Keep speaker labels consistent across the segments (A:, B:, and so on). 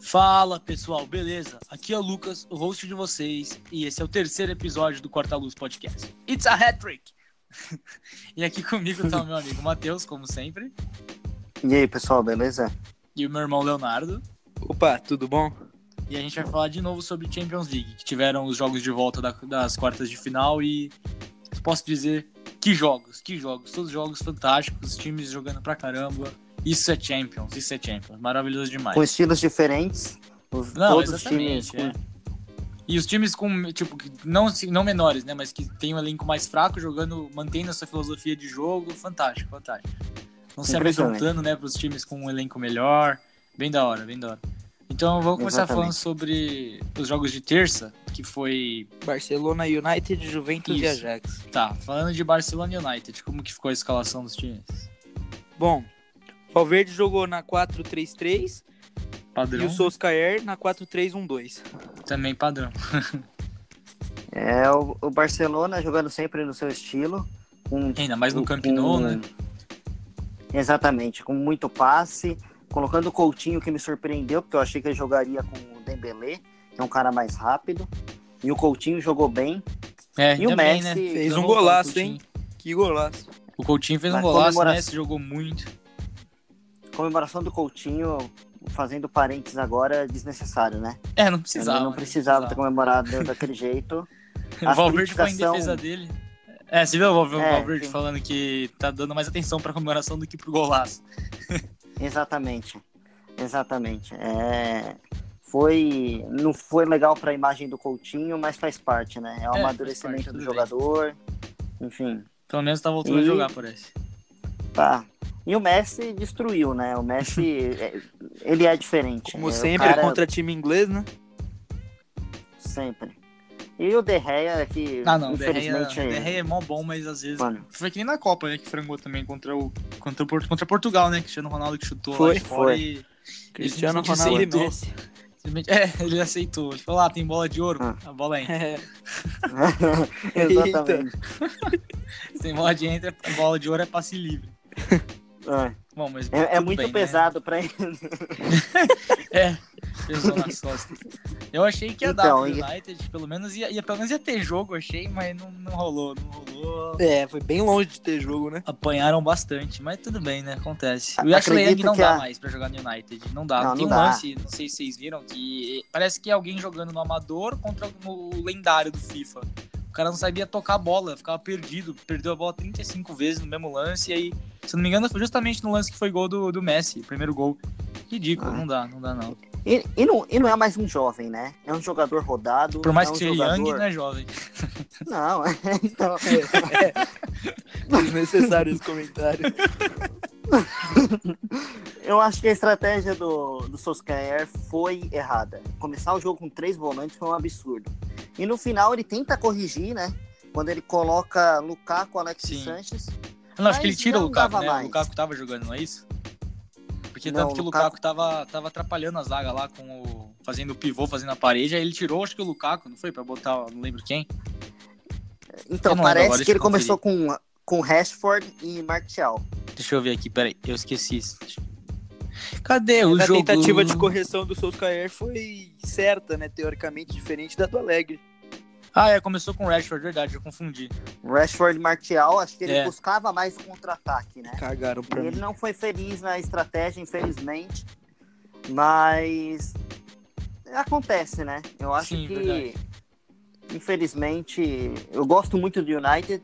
A: Fala pessoal, beleza? Aqui é o Lucas, o host de vocês, e esse é o terceiro episódio do Corta Luz Podcast. It's a hat trick! e aqui comigo tá o meu amigo Matheus, como sempre,
B: E aí, pessoal, beleza?
A: e o meu irmão Leonardo.
C: Opa, tudo bom?
A: E a gente vai falar de novo sobre Champions League, que tiveram os jogos de volta da- das quartas de final e posso dizer que jogos, que jogos, todos jogos fantásticos, times jogando pra caramba. Isso é Champions, isso é Champions, maravilhoso demais.
B: Com estilos diferentes, os,
A: Não,
B: todos os
A: exatamente,
B: times.
A: é. E os times com, tipo, que não, se- não menores, né? Mas que tem um elenco mais fraco, jogando, mantendo a sua filosofia de jogo. Fantástico, fantástico. Não se
B: Impressionante.
A: amedrontando, né? Para os times com um elenco melhor. Bem da hora, bem da hora. Então vamos começar
B: Exatamente.
A: falando sobre os jogos de terça, que foi.
C: Barcelona United, Juventus e
A: Isso.
C: Ajax.
A: Tá, falando de Barcelona e United, como que ficou a escalação dos times?
C: Bom, Valverde jogou na 4-3-3 e
A: Padrão.
C: o Solskjaer na 4-3-1-2.
A: Também padrão.
B: É, o, o Barcelona jogando sempre no seu estilo. Com,
A: Ainda mais no Camp Nou,
B: com-
A: né?
B: Exatamente, com muito passe, colocando o Coutinho que me surpreendeu, porque eu achei que ele jogaria com o Dembélé, que é um cara mais rápido. E o Coutinho jogou bem.
A: É,
B: E o
A: ainda bem,
B: Messi
A: né?
C: Fez um
A: Não, o
C: golaço,
A: Coutinho-
C: hein? Que golaço.
A: O Coutinho fez um
B: Na
A: golaço, o
B: comemoração.
A: Messi jogou muito.
B: Comemoração do Coutinho, fazendo parênteses agora, desnecessário, né?
A: É, não
B: Ele
A: precisava.
B: não
A: né?
B: precisava ter comemorado daquele jeito.
A: O
B: A
A: Valverde foi em
B: criticação-
A: defesa dele. É, você viu o Valverde,
B: É,
A: Valverde
B: sim.
A: falando que tá dando mais atenção pra comemoração do que pro golaço.
B: Exatamente. Exatamente. É, foi não foi legal para a imagem do Coutinho, mas faz parte, né? É o
A: É, faz
B: amadurecimento
A: parte,
B: do
A: tudo
B: jogador. Enfim,
A: Pelo menos tá voltando a
B: E-
A: jogar, parece.
B: tá. E o Messi destruiu, né? O Messi é- ele é diferente.
C: Como
B: É, o
C: sempre,
B: cara-
C: contra time inglês, né?
B: sempre. E o De Gea é que
A: Ah, não, o
B: infelizmente
A: Derreia, é mó bom, mas às vezes.
B: mano,
A: Foi que nem na Copa, né? Que frangou também contra, o, contra, o Porto- contra Portugal, né? Cristiano Ronaldo que chutou lá
C: Foi,
A: de fora
B: foi.
A: e.
C: Cristiano
A: Ele disse-
C: Ronaldo e
A: aceitou.
C: Messi.
A: simplesmente- É, ele aceitou. Ele falou: ah, tem bola de ouro.
B: Ah.
A: A bola entra.
C: É,
B: exatamente.
A: tem bola de entra, a bola de ouro é passe livre.
B: É,
A: Bom, mas.
B: É, é
A: tudo
B: muito
A: bem, né?
B: pesado para ele.
A: É, pesou nas costas. Eu achei que ia dar
B: Então,
A: pro
B: e-
A: United, pelo menos ia, ia- pelo menos ia ter jogo, achei, mas não, não rolou, não rolou.
C: é, foi bem longe de ter jogo, né?
A: Apanharam bastante, mas tudo bem, né? Acontece.
B: A-
A: O Ashley Young
B: acredito
A: não
B: que
A: dá
B: a-
A: mais pra jogar no United. Não dá.
B: Não,
A: Tem
B: não
A: um
B: dá.
A: lance, não sei se vocês viram, que parece que é alguém jogando no amador contra o lendário do FIFA. O cara não sabia tocar a bola, ficava perdido, perdeu a bola 35 vezes no mesmo lance, e aí, se eu não me engano, foi justamente no lance que foi gol do, do Messi, primeiro gol. Ridículo,
B: Ah.
A: não dá, não dá não.
B: E, e não, e não é mais um jovem, né? É um jogador rodado.
A: Por mais
B: é um
A: que seja Young, não é jovem.
B: Não, então,
A: É.
C: Desnecessário esse comentário.
B: eu acho que a estratégia do, do Solskjaer foi errada. Começar o jogo com três volantes foi um absurdo. E no final ele tenta corrigir, né? Quando ele coloca Lukaku, Alex
A: Sim.
B: Sanches.
A: Não, acho que ele
B: Mas
A: tira o
B: não
A: Lukaku,
B: dava
A: né?
B: mais.
A: O Lukaku tava jogando, não é isso? Porque
B: Não,
A: tanto que o
B: o
A: Lukaku,
B: Lukaku-
A: tava, tava atrapalhando a zaga lá com o. fazendo o pivô, fazendo a parede, aí ele tirou, acho que o Lukaku, não foi? Pra botar, não lembro quem. Eu
B: Então,
A: não lembro agora,
B: parece
A: deixa
B: que
A: eu
B: ele começou com, com Rashford e Martial.
A: Deixa eu ver aqui, peraí, eu esqueci. isso. Cadê É, o
C: A
A: jogo?
C: tá tentativa de correção do Solskjaer foi certa, né? Teoricamente diferente da do Alegre.
A: Ah, é, começou com o Rashford, verdade, eu confundi.
B: Rashford e Martial, acho que ele
A: É.
B: buscava mais o contra-ataque, né?
C: Cagaram
B: E
C: pra
B: ele
C: mim.
B: não foi feliz na estratégia, infelizmente. Mas acontece, né? Eu acho
A: Sim,
B: que
A: verdade.
B: infelizmente eu gosto muito do United.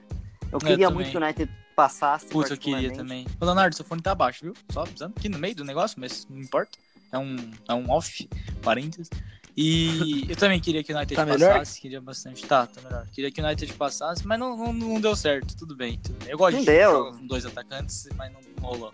B: Eu queria
A: também.
B: muito que o United passasse.
A: Putz, eu queria
B: particularmente.
A: também. Ô, Leonardo, seu fone tá abaixo, viu? Só avisando aqui no meio do negócio, mas não importa. É um, é um off, parênteses. E eu também queria que o United
C: Tá
A: passasse,
C: melhor?
A: queria bastante. Tá, tá melhor. Queria que o United passasse, mas não, não, não deu certo. Tudo bem, tudo bem. Eu gosto
B: Não
A: de
B: deu.
A: jogar com dois atacantes, mas não, não rolou.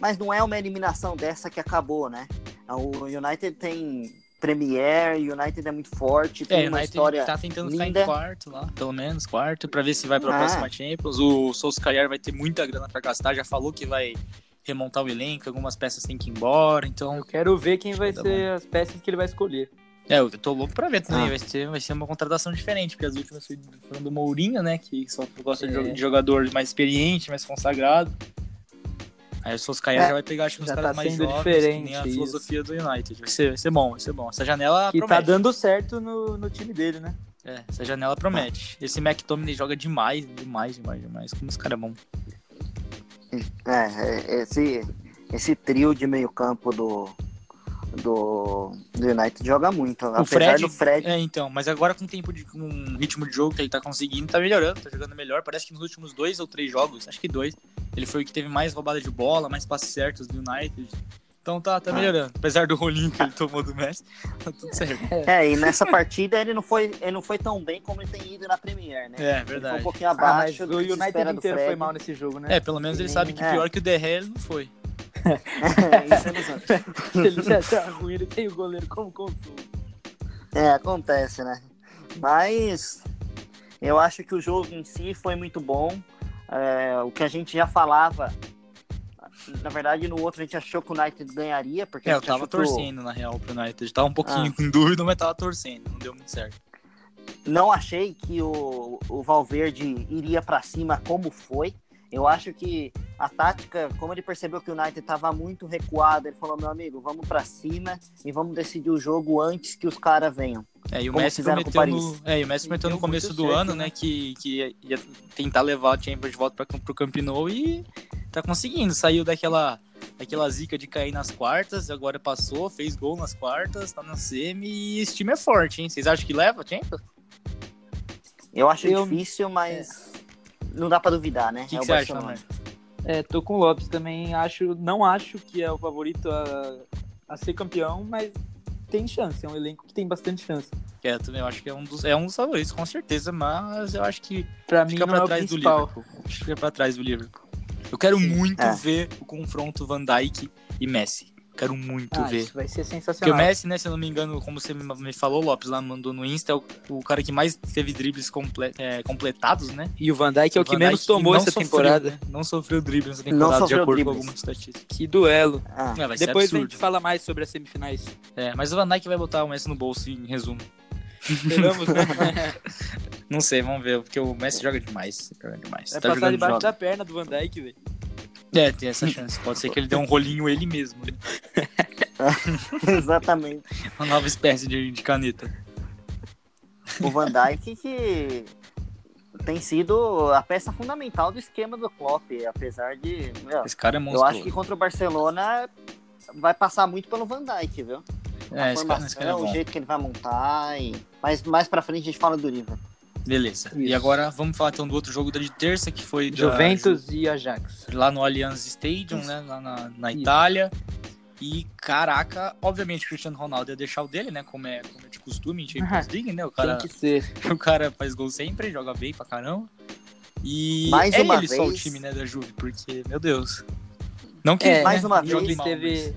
B: Mas não é uma eliminação dessa que acabou, né? O United tem Premier, o United é muito forte,
A: É,
B: tem
A: o
B: uma
A: United
B: história.
A: tá tentando ficar em
B: linda.
A: quarto lá, pelo menos quarto, pra ver se vai pra
B: Ah.
A: próxima Champions. O Solskjaer vai ter muita grana pra gastar, já falou que vai remontar o elenco, algumas peças têm que ir embora, então...
C: Eu quero ver quem vai
A: Tá
C: ser as peças que ele vai escolher.
A: É, eu tô louco pra ver também.
B: Ah.
A: Vai, ser, vai ser uma contratação diferente, porque as últimas foi- foram do Mourinho, né? Que só gosta de
C: É.
A: jo- de jogador mais experiente, mais consagrado. Aí o Solskjaer
C: É,
A: já vai pegar acho, que uns
D: já
A: caras
D: tá
A: mais
D: sendo
A: jovens, que nem a
D: diferente isso.
A: filosofia do United. né. Vai ser, vai ser bom, vai ser bom. Essa janela
D: Que tá
A: promete.
D: dando certo no, no time dele, né?
A: É, essa janela promete. Esse McTominay joga demais, demais, demais, demais. Como esse cara é bom.
B: É, é, esse, esse trio de meio campo do, do, do United joga muito. Apesar
A: Fred-
B: do Fred.
A: É, então, mas agora com o tempo de com o ritmo de jogo que ele tá conseguindo, tá melhorando, tá jogando melhor. Parece que nos últimos dois ou três jogos, acho que dois, ele foi o que teve mais roubada de bola, mais passes certos do United. Então tá, tá melhorando. Apesar do rolinho que ele tomou do Messi, tá tudo certo.
B: É, e nessa partida ele não, foi, ele não foi tão bem como ele tem ido na Premier, né?
A: É,
B: Ele foi um
A: verdade.
B: pouquinho
D: Ah,
B: abaixo
D: mas o
B: do que se
D: United
B: espera do
D: inteiro
B: Fred.
D: foi mal nesse jogo, né?
A: É, pelo menos ele sabe que
B: É.
A: pior que o Derré ele não foi.
B: É, isso é ilusão.
D: Ele já tá ruim, ele tem o goleiro como consolo.
B: É, acontece, né? Mas eu acho que o jogo em si foi muito bom. É, o que a gente já falava, na verdade, no outro a gente achou que o United ganharia, porque
A: É,
B: a
A: eu
B: gente
A: tava
B: achou que o-
A: torcendo, na real, pro United. Tava um pouquinho com dúvida, mas tava torcendo. Não deu muito certo.
B: não achei que o, o Valverde iria pra cima como foi. Eu acho que a tática, como ele percebeu que o United estava muito recuado, ele falou: meu amigo, vamos pra cima e vamos decidir o jogo antes que os caras venham.
A: É, e o
B: Como
A: Messi
B: fizeram com o
A: prometeu no,
B: Paris.
A: é, e o Messi prometeu
D: deu
A: no começo
D: muito
A: do
D: certo,
A: ano, né, que, que ia, ia tentar levar o Champions de volta pra, Camp- pro Camp Nou e tá conseguindo. Saiu daquela, daquela zica de cair nas quartas, agora passou, fez gol nas quartas, tá na semi e esse time é forte, hein? Vocês acham que leva o Champions?
B: Eu acho
D: Eu-
B: difícil, mas não dá pra duvidar, né?
A: É. O que,
B: É
A: que
B: o
A: você acha,
B: Barcelona.
A: Lamar?
D: É, tô com o Lopes também. Acho, não acho que é o favorito a, a ser campeão, mas tem chance. É um elenco que tem bastante chance.
A: É, eu também acho que é um dos, é um dos favoritos, com certeza, mas eu acho que
D: Pra mim,
A: Fica
D: não
A: pra
D: é o
A: trás do
D: principal.
A: fica pra trás do Liverpool. Eu quero muito
B: É.
A: ver o confronto Van Dijk e Messi. Quero muito
D: Ah,
A: ver.
D: isso vai ser
A: Porque o
D: sensacional.
A: Messi, né, se eu não me engano, como você me falou, Lopes, lá mandou no Insta, é o, o cara que mais teve dribles comple- é, completados, né?
D: E o Van Dijk é o que
A: Van Dijk
D: menos tomou
A: não
D: essa
A: sofreu,
D: temporada.
A: né? Não sofreu dribles nessa
B: Não
A: temporada, de
B: sofreu
A: acordo com
B: dribles.
A: algumas estatísticas.
D: Que duelo.
B: Ah.
A: É, vai ser
D: Depois a
A: absurdo.
D: gente fala mais sobre as semifinais.
A: É, mas o Van Dijk vai botar o Messi no bolso, em resumo.
D: Esperamos, né?
A: Não sei, vamos ver, porque o Messi joga demais. Joga demais.
D: Vai
A: tá
D: passar
A: jogando
D: debaixo
A: joga.
D: da perna do Van Dijk, velho.
A: É, tem essa chance. Pode ser que ele dê um rolinho ele mesmo. né?
B: Ah, Exatamente.
A: Uma nova espécie de, de caneta.
B: O Van Dijk que tem sido a peça fundamental do esquema do Klopp, apesar de... meu,
A: Esse cara é
B: eu
A: monstruoso.
B: acho que contra o Barcelona vai passar muito pelo Van Dijk, viu?
A: É, esse cara, esse cara é
D: um
B: Formação, o
A: bom.
B: jeito que ele vai montar, e... mas mais pra frente a gente fala do Liverpool.
A: Beleza. E
D: Isso.
A: agora vamos falar então do outro jogo da de terça, que foi da
D: Juventus e Ajax.
A: lá no Allianz Stadium, né? Lá na, na
D: Isso.
A: Itália. E, caraca, obviamente o Cristiano Ronaldo ia deixar o dele, né? Como é, como é de costume em Champions League, né? O cara,
D: Tem que ser.
A: o cara faz gol sempre, joga bem pra caramba. E
B: Mais
A: é
B: uma
A: ele só o
B: vez.
A: time, né, da Juve, porque, meu Deus. Não que
D: É,
B: mais
A: né,
B: uma
A: jogue
B: vez
A: mal,
D: teve.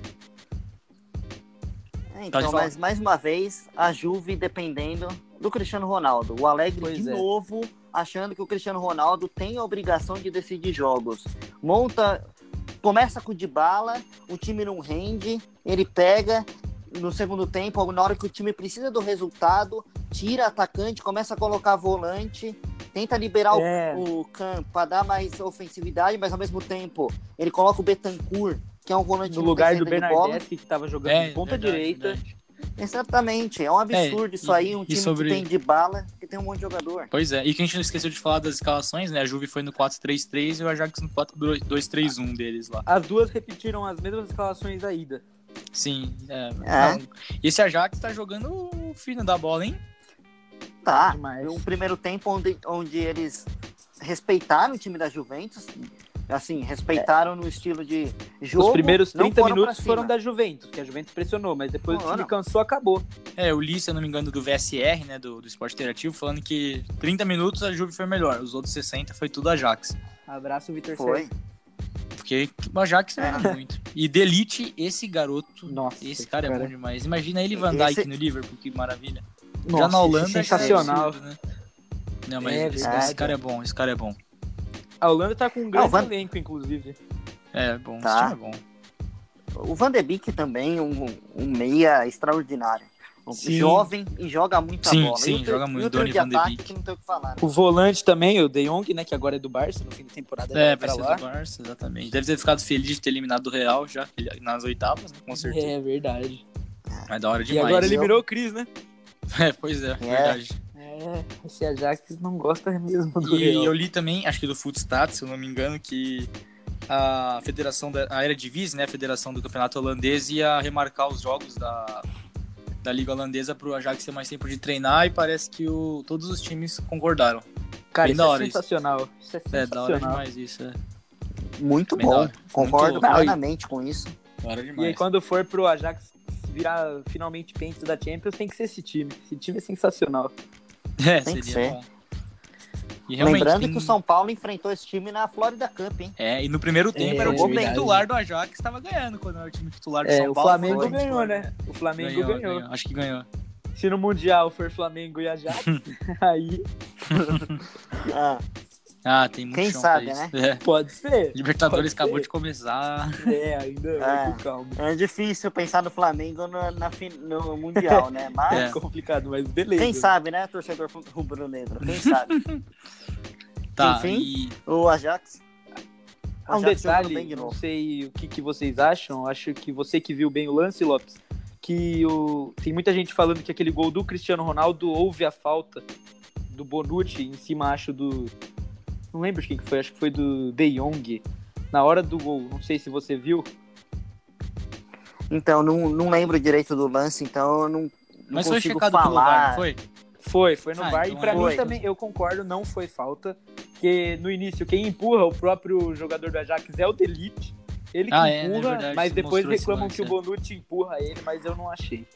B: É,
A: Pode
B: então,
A: falar.
B: mas mais uma vez, a Juve dependendo do Cristiano Ronaldo. O Alegre,
D: Pois
B: de
D: é.
B: novo, achando que o Cristiano Ronaldo tem a obrigação de decidir jogos. Monta, começa com o Dybala, o time não rende, ele pega no segundo tempo, na hora que o time precisa do resultado, tira atacante, começa a colocar volante, tenta liberar o
D: É,
B: o Kahn para dar mais ofensividade, mas ao mesmo tempo ele coloca o Betancourt, que é um volante
D: no
B: que não
D: lugar do
B: tem saída de bola.
D: Bernardeschi, que tava jogando
A: É,
D: de ponta
A: verdade,
D: direita.
A: verdade.
B: Exatamente, é um absurdo
A: É,
B: isso aí, um
A: e
B: time
A: sobre-
B: que tem de bala, que tem um monte de jogador.
A: Pois é, e que a gente não esqueceu de falar das escalações, né? A Juve foi no 4-3-3 e o Ajax no 4-2-3-1 deles lá.
D: As duas repetiram as mesmas escalações da ida.
A: Sim, é.
B: É.
A: Não. E esse Ajax tá jogando o fino da bola, hein?
B: Tá,
D: Demais.
B: um primeiro tempo onde, onde eles respeitaram o time da Juventus, assim, respeitaram no estilo de jogo.
D: Os primeiros
B: não
D: 30
B: foram pra
D: minutos
B: cima.
D: foram da Juventus, que a Juventus pressionou, mas depois
B: Não,
D: o time
B: não.
D: cansou, acabou.
A: É, eu li, se eu não me engano, do VSR, né, do, do Esporte Interativo, falando que 30 minutos a Juve foi melhor, os outros 60 foi tudo Ajax.
D: Abraço, Vitor
B: Foi.
A: Porque o Ajax
B: É.
A: joga muito. E Delite, esse garoto,
D: Sérgio. Nossa,
A: esse cara, é bom demais. Imagina ele e Van
B: Esse-
A: Dijk no Liverpool, que maravilha.
D: Nossa,
A: Já na Holanda,
D: esse
A: já
D: é
A: é
D: sensacional.
A: absurdo, né? Não, mas
D: É
A: esse,
B: verdade.
A: esse cara é bom, esse cara é bom.
D: A Holanda tá com um grande
B: Ah, o Van-
D: elenco, inclusive.
A: É bom,
B: Tá.
A: esse time é bom.
B: O Van de Beek também, um, um meia extraordinário.
A: Sim.
B: Jovem e joga muita
A: Sim,
B: bola.
A: sim,
B: E o trio-
A: joga muito.
B: E o trio
A: Donny
B: de
A: van de
B: ataque
A: Beek.
B: que não tem o que falar. né?
D: O volante também, o De Jong, né? Que agora é do Barça, no fim da temporada
A: É,
D: ele vai
A: vai
D: pra
A: ser
D: lá.
A: do Barça, exatamente. Deve ter ficado feliz de ter eliminado o Real já ele- nas oitavas, né? com certeza.
D: É verdade.
A: Mas da hora
D: E
A: demais.
D: agora ele
B: Eu-
D: virou o Cris, né?
A: É, pois é, verdade.
D: É, esse Ajax não gosta mesmo do
A: E
D: Real.
A: eu li também, acho que do Footstats, se eu não me engano, que a federação da a Eredivisie, né, a federação do campeonato holandês ia remarcar os jogos da da liga holandesa pro Ajax ter mais tempo de treinar e parece que o, todos os times concordaram.
D: Cara,
A: bem
D: isso
A: da
D: é
A: hora isso.
D: sensacional. Isso é
A: É, da hora
D: sensacional.
A: demais isso, é.
B: Muito
A: Bem da
B: bom.
A: hora.
B: Concordo
A: Muito
D: louco.
B: plenamente com isso.
A: Da hora
D: e aí,
A: demais.
D: quando for pro Ajax virar finalmente pente da Champions, tem que ser esse time. Esse time é sensacional.
A: É,
B: Tem que
A: seria
B: ser.
A: bom. E realmente
B: Lembrando
A: tem-
B: que o São Paulo enfrentou esse time na Florida Cup, hein?
A: É, e no primeiro tempo
D: É,
A: era o time
B: verdade.
A: titular do Ajax que tava ganhando quando era o time titular do
D: É,
A: São
D: o
A: Paulo.
D: Flamengo
A: foi.
D: ganhou, né? O Flamengo
A: Ganhou,
D: ganhou.
A: ganhou. Acho que ganhou.
D: Se no Mundial for Flamengo e Ajax, aí
B: Ah,
A: Ah, tem muito
B: Quem
A: chão pra
B: sabe,
A: isso.
B: né?
A: É.
D: pode ser.
A: Libertadores
D: Pode
A: acabou
D: ser.
A: de começar.
D: É, ainda vai com calma.
B: é difícil pensar no Flamengo na, na fin- no Mundial, né?
A: É.
B: Mas
D: Complicado, mas beleza.
B: quem sabe, né, torcedor rubro-negro? Quem sabe?
A: Tá,
B: Enfim.
A: e
B: o Ajax.
D: Há um
B: Ajax jogando bem
D: detalhe,
B: de
D: não
B: novo.
D: sei o que, que vocês acham, acho que você que viu bem o lance, Lopes, que o... tem muita gente falando que aquele gol do Cristiano Ronaldo houve a falta do Bonucci em cima, acho, do... Não lembro de quem que foi, acho que foi do De Jong, na hora do gol, não sei se você viu.
B: Então, não, não lembro direito do lance, então eu não, não
A: mas foi
B: consigo
A: checado pelo VAR,
B: falar.
A: não foi?
D: Foi, foi no
A: Ah,
D: VAR,
A: então
D: e pra
B: foi.
D: mim também, eu concordo, não foi falta, porque no início quem empurra o próprio jogador do Ajax é o Delite, ele que
A: Ah, é, né,
D: empurra,
A: verdade,
D: mas
A: você
D: depois
A: mostrou esse
D: reclamam
A: lance,
D: que o
A: é.
D: Bonucci empurra ele, mas eu não achei.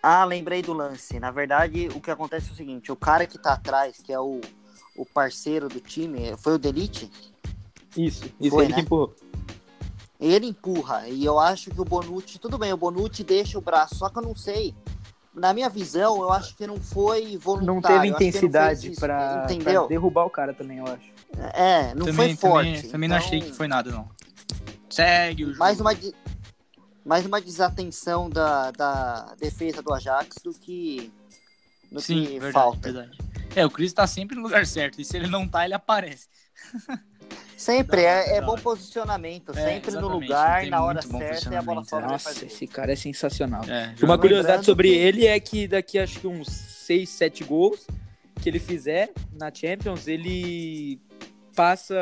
B: Ah, lembrei do lance. Na verdade, o que acontece é o seguinte: o cara que tá atrás, que é o, o parceiro do time, foi o Delite,
D: Isso, isso tipo,
B: Foi,
D: ele
B: né?
D: que empurrou.
B: ele empurra. E eu acho que o Bonucci, tudo bem, o Bonucci deixa o braço, só que eu não sei. Na minha visão, eu acho que não foi voluntário.
D: Não teve
B: eu acho que ele não
D: intensidade
B: fez isso,
D: pra, pra
B: Entendeu?
D: derrubar o cara também, eu acho.
B: É, não foi
A: também,
B: forte.
A: também, também não
B: Então,
A: achei que foi nada, não. Segue o jogo.
B: Mais uma, de- mais uma desatenção da, da defesa do Ajax do que, do
A: Sim,
B: que
A: verdade,
B: falta.
A: verdade. É, o Chris tá sempre no lugar certo. E se ele não tá, ele aparece. Da
B: Sempre,
A: hora,
B: é, é
A: da
B: bom
A: hora.
B: posicionamento,
A: É,
B: sempre no
A: exatamente,
B: lugar,
A: tem
B: na hora
A: muito bom
B: certa e a bola
A: posicionamento,
B: fora
A: né?
B: vai fazer.
D: esse cara é sensacional.
A: É,
D: Uma
A: joga-
D: curiosidade
B: Lembrando
D: sobre
B: que-
D: ele é que daqui acho que uns 6, 7 gols que ele fizer na Champions, ele passa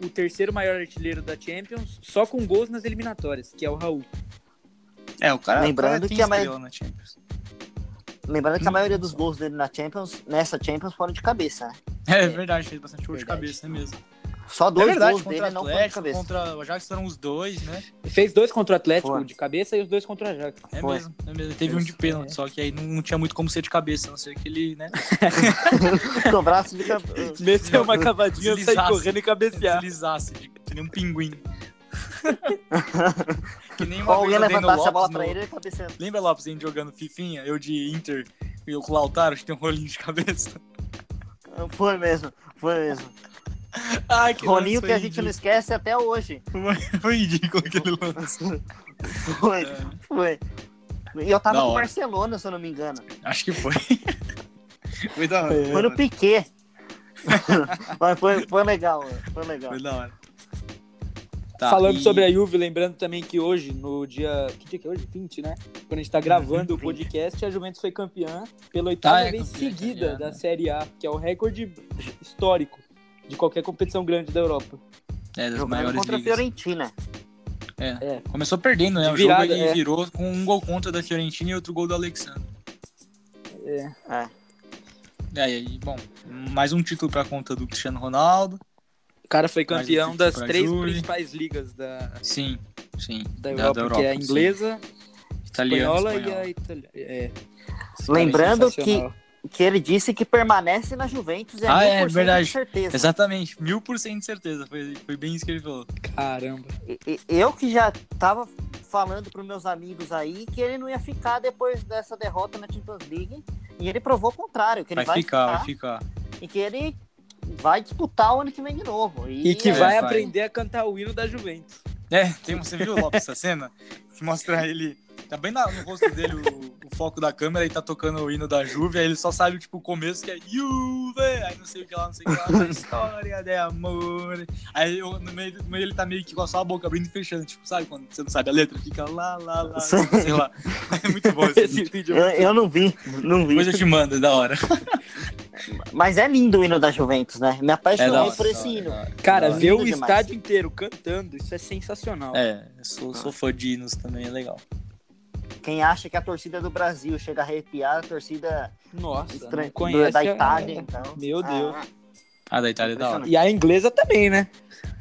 D: o terceiro maior artilheiro da Champions só com gols nas eliminatórias, que é o Raul.
A: É, o cara,
B: Lembrando
A: o cara tem
B: que a maioria-
A: estrela na Champions.
B: Lembrando que
A: Hum.
B: a maioria dos gols dele na Champions, nessa Champions, foram de cabeça, né?
A: É verdade, fez bastante gol de
D: Verdade.
A: cabeça, né mesmo?
B: Só dois
A: é verdade,
B: gols
A: contra
B: dele
A: o
B: não foram de
A: Atlético,
B: cabeça.
A: contra o Ajax foram os dois, né?
D: Ele fez dois contra o Atlético
B: Foi.
D: de cabeça e os dois contra o Ajax.
A: É
B: Foi.
A: mesmo, é mesmo. Teve um de
D: Isso,
A: pênalti,
D: é.
A: só que aí não, não tinha muito como ser de cabeça, a não ser que ele, né?
B: Com o braço eh, de
A: Tipo,
B: cabeça.
D: Meteu uma cavadinha,
A: Deslizasse.
D: sair correndo e cabecear.
A: deslizasse, de, que nem um pinguim. que nem uma vez
B: Alguém
A: eu dei no
B: levantasse a
A: Lopes
B: bola
A: no-
B: pra ele, tá ele cabeceando.
A: Lembra Lopes, a gente jogando Fifinha? Eu de Inter e eu com o Lautaro, que tem um rolinho de cabeça.
B: Foi mesmo, foi mesmo.
A: Ai, que
B: Roninho
A: lance
B: que a
A: foi
B: gente não esquece até hoje.
A: ridículo. Foi ridículo aquele lance.
B: Foi,
A: É,
B: foi. E eu tava
A: Da
B: no
A: hora.
B: Barcelona, se eu não me engano.
A: acho que foi. foi da hora.
B: Foi no Piquet. Mas foi, foi legal, foi legal.
A: Foi da hora. Tá,
D: Falando
A: e-
D: sobre a Juve, lembrando também que hoje, no dia. Que dia que é hoje? 20, né? Quando a gente tá gravando o podcast, a Juventus foi campeã pela oitava
A: Ah, é
D: vez
A: campeã
D: seguida
A: italiana.
D: da Série A, que é o recorde histórico de qualquer competição grande da Europa.
A: É, das
B: Jogando
A: maiores
B: contra a
A: ligas.
B: Fiorentina.
A: Começou perdendo, né?
D: De
A: O
D: virada,
A: jogo ele
D: é.
A: virou com um gol contra da Fiorentina e outro gol do Alexandre.
B: É.
A: E aí, bom, mais um título pra conta do Cristiano Ronaldo.
D: O cara foi
A: Mais um
D: campeão
A: título
D: das
A: pra
D: três
A: Juve.
D: principais ligas da,
A: Sim, sim.
D: da, Europa, que é a
A: sim.
D: inglesa,
A: italiana,
D: espanhola,
A: espanhola.
D: e a italiana. É.
B: Lembrando
D: Cara, sensacional.
B: Que ele disse que permanece na Juventus. É
A: Ah, é,
B: 1000%
A: verdade.
B: de certeza.
A: Exatamente, mil por cento de certeza. Foi, foi bem isso que ele falou.
D: Caramba.
B: E- e- Eu que já tava falando pros meus amigos aí que ele não ia ficar depois dessa derrota na Champions League. E ele provou o contrário, que ele
A: Vai,
B: vai
A: ficar, vai ficar.
B: e que ele vai disputar o ano que vem de novo.
D: E que
A: É,
D: vai
A: vai.
D: aprender a cantar o hino da Juventus.
A: um, É, tem, você viu, Lopes, essa cena? Que mostra ele. Tá bem na- no rosto dele o, o foco da câmera e tá tocando o hino da Juve, aí ele só sabe, tipo, o começo que é Juve, aí não sei o que lá, não sei o que lá, história de amor. Aí eu- no, meio, no meio ele tá meio que com a só a boca abrindo e fechando, tipo, sabe quando você não sabe a letra? Fica lá, lá, lá, sei lá. É muito bom esse
D: Esse
A: vídeo.
D: vídeo
B: Eu, eu não vi, não vi.
A: Depois eu te mando, é da hora.
B: Mas é lindo o hino da Juventus, né? Me apaixonei
A: hora,
B: por
A: É da
B: esse
A: hora,
B: hino.
A: da hora.
D: Cara,
B: Não,
D: ver o
B: lindo demais.
D: estádio inteiro cantando, isso é sensacional.
A: É, eu sou, sou fã de hinos também, é legal.
B: Quem acha que a torcida do Brasil chega a arrepiar, a torcida
D: Nossa,
B: estran-
D: não conhece
B: da
D: a-
B: Itália, então.
D: Meu Deus.
B: Ah,
A: Ah, da Itália é da hora.
D: E a inglesa também, né?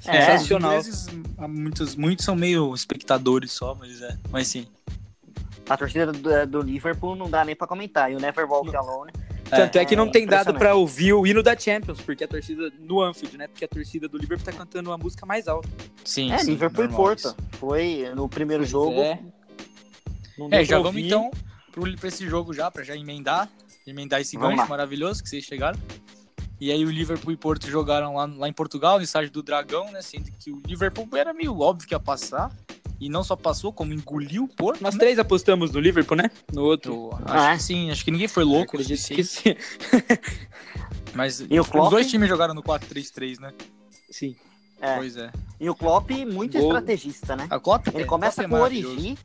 B: É,
D: Sensacional.
A: Os ingleses, há muitos, muitos são meio espectadores só, mas é. Mas sim.
B: a torcida do, do Liverpool não dá nem pra comentar. E o Never Walk Alone.
D: Tanto é, que não
B: é
D: tem dado
B: impressionante.
D: pra ouvir o hino da Champions, porque a torcida no Anfield, né? Porque a torcida do Liverpool tá cantando uma música mais alta.
A: Sim,
B: É,
A: sim,
B: Liverpool e
A: normal
B: Porto.
A: isso.
B: Foi no primeiro jogo.
D: É. Não deu
A: É, já
D: pra
A: vamos
D: ouvir.
A: então pro, pra esse jogo já, pra já emendar. Emendar esse
B: Vamos
A: gancho
B: lá.
A: maravilhoso que vocês chegaram. E aí o Liverpool e Porto jogaram lá, lá em Portugal, no estádio do Dragão, né? Sendo que o Liverpool era meio óbvio que ia passar. E não só passou, como engoliu o Porto.
D: Nós
A: né?
D: três apostamos no Liverpool, né? No outro.
A: Eu
B: Ah,
A: Acho que sim, acho que ninguém foi louco. o
D: Acredito que
A: suficiente,
D: sim.
A: Mas
B: E o Klopp?
A: os dois times jogaram no 4-3-3, né?
D: Sim.
B: É.
A: Pois é.
B: E o Klopp, muito
D: Gol.
B: estrategista, né?
A: A Klopp,
B: Ele
A: é,
B: começa
A: Klopp
B: com
A: é
B: o
A: maravilhoso.
B: Origi.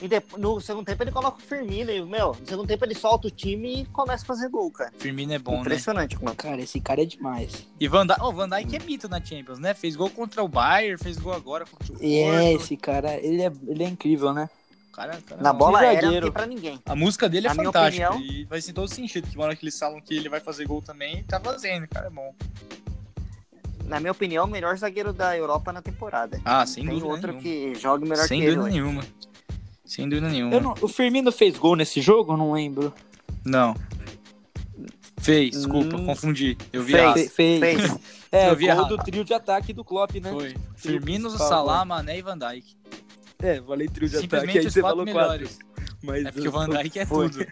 B: E depois, no segundo tempo ele coloca o Firmino. E, meu, no segundo tempo ele solta o time e começa a fazer gol, cara.
A: Firmino é bom, né?
B: Impressionante, mano.
D: Cara, esse cara é demais.
A: E Van Dijk, oh, Van Dijk é mito na Champions, né? Fez gol contra o Bayern, fez gol agora contra o Porto.
D: É, esse cara, ele é, ele é incrível, né?
A: Cara, cara, é um
B: Na bola
D: Que
B: aérea não
D: zagueiro.
B: tem pra ninguém.
A: A música dele é
B: Na minha
A: fantástica
B: opinião-
A: e vai ser todo sentido que mora que eles falam que ele vai fazer gol também, tá fazendo, cara, é bom.
B: Na minha opinião, o melhor zagueiro da Europa na temporada.
A: Ah, sem
B: tem
A: dúvida
B: outro
A: nenhuma.
B: que joga melhor
A: sem
B: que ele.
A: dúvida
B: hoje.
A: nenhuma. Sem dúvida nenhuma.
D: Eu não- o Firmino fez gol nesse jogo? Eu não lembro.
A: Não. Fez, desculpa,
D: Hum.
A: confundi. Eu vi
B: Fez.
A: errado.
D: Fe- fez.
B: Fez.
D: É,
A: Eu vi
D: gol
A: errado.
D: do trio de ataque do Klopp, né?
A: Foi. Firmino,
D: principal,
A: Salah, Mané e Van Dijk.
D: É, falei trio de ataque, aí
A: Simplesmente os
D: você
A: quatro
D: falou quatro.
A: melhores.
D: Mas,
A: É porque o Van Dijk é
B: Foi.
A: tudo.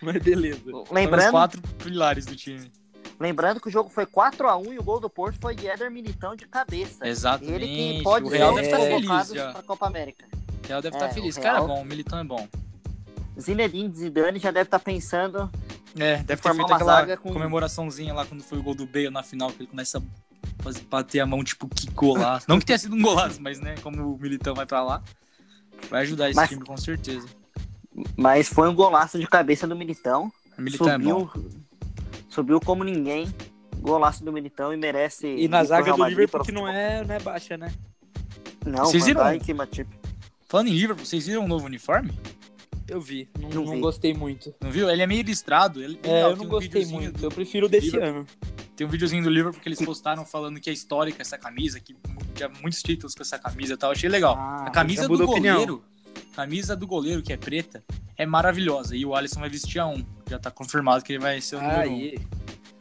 D: mas beleza.
A: São os
B: Lembrando,
A: quatro pilares do time.
B: lembrando que o jogo foi 4x1 e o gol do Porto foi de Éder Militão de cabeça.
A: Exatamente.
B: Ele que pode
A: o
B: ser
A: Real
B: um
A: deve
B: dos
A: estar
D: é,
A: feliz
B: convocados
A: já.
B: pra Copa América.
A: O Real deve
B: É,
A: estar
B: o
A: feliz.
B: Real-
A: Cara, é bom, o Militão é bom.
B: Zinedine Zidane já deve estar pensando.
A: É, deve ter
B: Formar
A: feito
B: uma
A: aquela
B: zaga com-
A: comemoraçãozinha lá quando foi o gol do Bale na final, que ele começa a fazer- bater a mão, tipo, que golaço. Não que tenha sido um golaço, mas, né, como o Militão vai pra lá, vai ajudar esse
B: Mas-
A: time, com certeza.
B: Mas foi um golaço de cabeça do Militão.
A: O Militão é bom.
B: subiu, subiu como ninguém. Golaço do Militão e merece.
D: E
B: ir
D: na
B: pro
D: zaga
B: Real
D: do
B: Madrid pelo
D: Liverpool, que não
B: futebol.
D: é, não é baixa, né?
B: Não,
A: Vocês
B: Van
A: viram?
B: Dijk, Matip.
A: Falando em Liverpool, vocês viram o novo uniforme?
D: Eu vi, não,
B: Não
D: não
B: vi.
D: gostei muito.
A: Não viu? Ele é meio listrado. Ele,
D: É,
A: legal,
D: eu
A: tem
D: não
A: um
D: gostei
A: videozinho
D: muito.
A: do-
D: Eu prefiro o desse
A: Liverpool.
D: ano.
A: Tem um videozinho do Liverpool que eles postaram falando que é histórica essa camisa, que mu- tinha muitos títulos com essa camisa e tal. Achei legal.
D: Ah,
A: A camisa
D: já
A: do
D: muda a opinião.
A: goleiro, camisa do goleiro que é preta, é maravilhosa. E o Alisson vai vestir a um. Já tá confirmado que ele vai ser o número um.
D: Aí.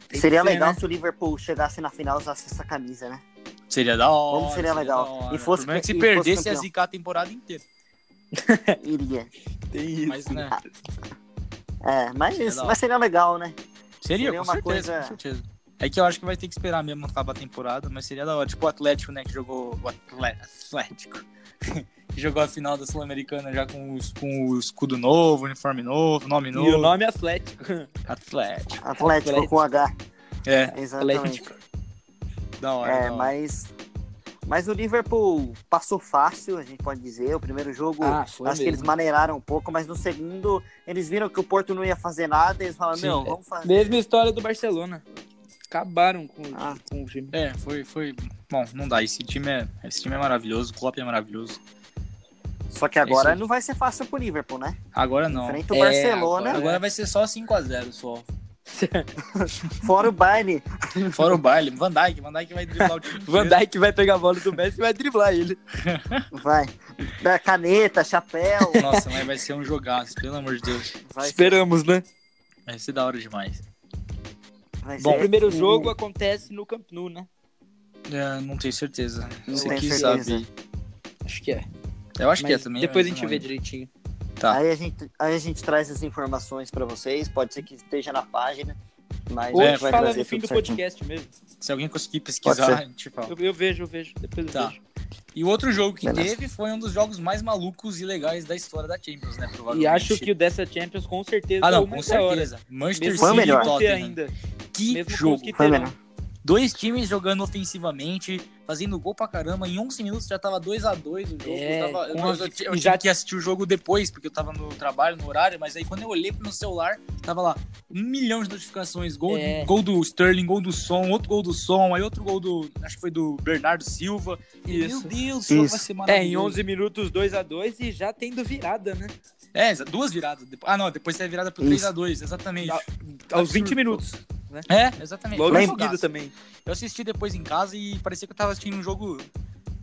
D: Tem
B: Seria
D: que ser,
B: legal
D: né?
B: se o Liverpool chegasse na final e usasse essa camisa, né?
A: Seria da hora.
B: Como seria legal.
A: da hora.
B: E fosse
A: O problema é que se
B: e fosse
A: perdesse ia
B: campeão.
A: zicar a temporada inteira.
B: Iria.
D: Tem isso.
A: Mas, né?
B: É, mas,
A: Seria da hora.
B: mas seria legal, né?
A: Seria,
B: Seria
A: com,
B: uma
A: certeza,
B: coisa-
A: com certeza. É que eu acho que vai ter que esperar mesmo acabar a temporada, mas seria da hora. Tipo o Atlético, né? Que jogou. O Atle- Atlético. que jogou a final da Sul-Americana já com, os- com o escudo novo, uniforme novo, nome
D: E o
A: novo.
D: nome é Atlético.
A: Atlético.
B: Atlético,
D: Atlético.
B: com H.
A: É,
B: Exatamente.
A: da hora.
B: É,
A: da hora.
B: mas. Mas o Liverpool passou fácil, a gente pode dizer. O primeiro jogo,
D: Ah, foi
B: acho que
D: mesmo.
B: eles maneiraram um pouco, mas no segundo, eles viram que o Porto não ia fazer nada, eles falaram,
A: Sim.
D: é.
B: meu, vamos fazer.
D: Mesma história do Barcelona. Acabaram com,
B: Ah.
D: com um o time.
A: É, foi, foi. Bom, não dá. Esse time é, esse time é maravilhoso, o Klopp é maravilhoso.
B: Só que agora
A: É isso.
B: não vai ser fácil pro Liverpool, né?
A: Agora não.
B: Enfrenta o
D: É,
B: Barcelona,
A: Agora vai ser só 5x0 só.
B: fora o baile.
A: Fora o baile. Van Dijk, Van Dijk vai driblar o time.
D: Van Dijk vai pegar a bola do Messi e vai driblar ele.
B: Vai. Da caneta, chapéu.
A: inteiro. Nossa, mas vai ser um jogaço, pelo amor de Deus.
B: Vai,
D: Esperamos, né?
A: Vai ser da hora demais.
B: vai
A: Bom,
D: O primeiro jogo acontece no Camp Nou, né?
A: É, não tenho certeza.
B: Não
A: Você
B: tenho
A: que
B: certeza.
A: sabe.
D: Acho que é.
A: Eu acho que é
D: Mas
A: também.
D: Depois a
A: mas
D: gente
A: não
D: vê
A: lembro.
D: direitinho.
A: Tá.
B: Aí a gente, aí a gente traz as informações pra vocês. Pode ser que esteja na página, mas
D: Ou
B: a
D: a
A: É,
D: gente
B: gente vai
D: fala
B: trazer
D: no fim
B: tudo
D: do
B: certinho.
D: podcast mesmo.
A: Se alguém conseguir
B: Pode
A: pesquisar,
B: ser.
A: a gente fala.
D: Eu, eu vejo, eu vejo. Depois eu
A: Tá.
D: vejo.
A: E o outro jogo que
B: Beleza.
A: teve foi um dos jogos mais malucos e legais da história da Champions, né? Provavelmente.
D: E acho que o dessa Champions com certeza
A: Ah,
D: é
A: não,
D: o
A: com
D: mais
A: certeza. né? Manchester
D: Mesmo
B: Foi
A: City
B: o melhor.
A: e
D: com o que ter
A: Tottenham.
D: ainda.
A: Que
D: Mesmo com
A: jogo.
D: os que
B: Foi
D: terão.
B: melhor.
A: Dois times jogando ofensivamente, fazendo gol pra caramba. Em 11 minutos já tava 2x2 o jogo.
D: É,
A: eu tava, eu,
D: com
A: não-
D: as-
A: eu ti- eu
D: e
A: tive
D: já-
A: que assistir o jogo depois, porque eu tava no trabalho, no horário. Mas aí quando eu olhei pro meu celular, tava lá um milhão de notificações. Gol,
D: É.
A: gol do Sterling, gol do Som, outro gol do Som. Aí outro gol do, acho que foi do Bernardo Silva. E, Meu
D: Isso.
A: Deus, esse jogo
B: Isso.
A: vai ser
D: É, em
A: maravilhoso.
D: 11 minutos 2 a 2 e já tendo virada, né?
A: É, exa- duas viradas. Depo- Ah, não, depois teve virada pro
B: Isso.
A: 3x2, exatamente.
D: Ah, Aos
A: Absurdo.
D: 20 minutos.
A: É, exatamente.
D: Logo
A: Foi
D: em
A: um
D: seguida
A: jogaço.
D: também.
A: Eu assisti depois em casa e parecia que eu tava assistindo um jogo.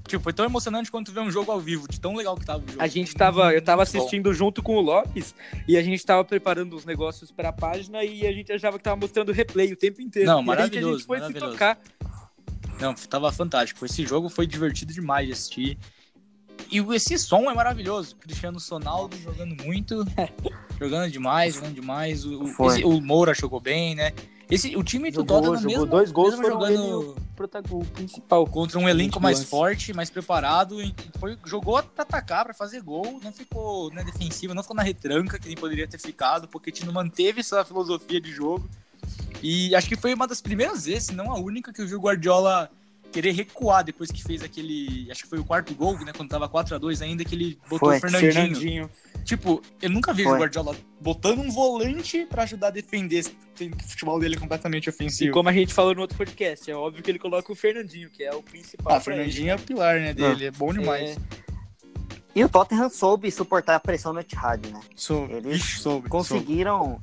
A: Tipo, foi tão emocionante quanto ver um jogo ao vivo, de tão legal que tava o jogo.
D: A gente tava, eu tava
A: Muito Uhum. bom.
D: assistindo junto com o Lopes e a gente tava preparando os negócios pra página e a gente achava que tava mostrando replay o tempo inteiro.
A: Não,
D: E aí que a
A: maravilhoso,
D: gente foi se
A: maravilhoso.
D: tocar.
A: Não, tava fantástico. Esse jogo foi divertido demais de assistir. E o- esse som é maravilhoso. Cristiano Sonaldo jogando muito, jogando demais, jogando demais. O, o-
B: Foi.
A: esse- o Moura jogou bem, né? Esse, o time do
D: Jogou,
A: Tottenham
D: jogou.
A: mesmo,
D: Dois gols um
A: mesmo
D: foram ele e
A: jogando
D: Protagonista principal.
A: contra um elenco
D: Gente,
A: mais
D: lance.
A: forte, mais preparado, e foi, jogou pra atacar, pra fazer gol, não ficou na defensiva, não ficou na retranca, que nem poderia ter ficado, porque Tino manteve sua filosofia de jogo. E acho que foi uma das primeiras vezes, se não a única, que eu vi o Guardiola querer recuar depois que fez aquele. Acho que foi o quarto gol, né? Quando tava 4 a 2 ainda, que ele botou
B: Foi,
A: o Fernandinho.
D: Fernandinho.
A: Tipo, eu nunca vi o
B: Foi.
A: Guardiola botando um volante pra ajudar a defender esse esse futebol dele é completamente
D: E
A: ofensivo.
D: como a gente falou no outro podcast, é óbvio que ele coloca o Fernandinho, que é o principal.
A: Ah, o
D: pra ele.
A: Fernandinho é o pilar, né, dele. É bom demais.
D: É.
B: E o Tottenham soube suportar a pressão do Etihad, né?
A: Soube.
B: Eles
A: Ixi, soube. soube.
B: Conseguiram.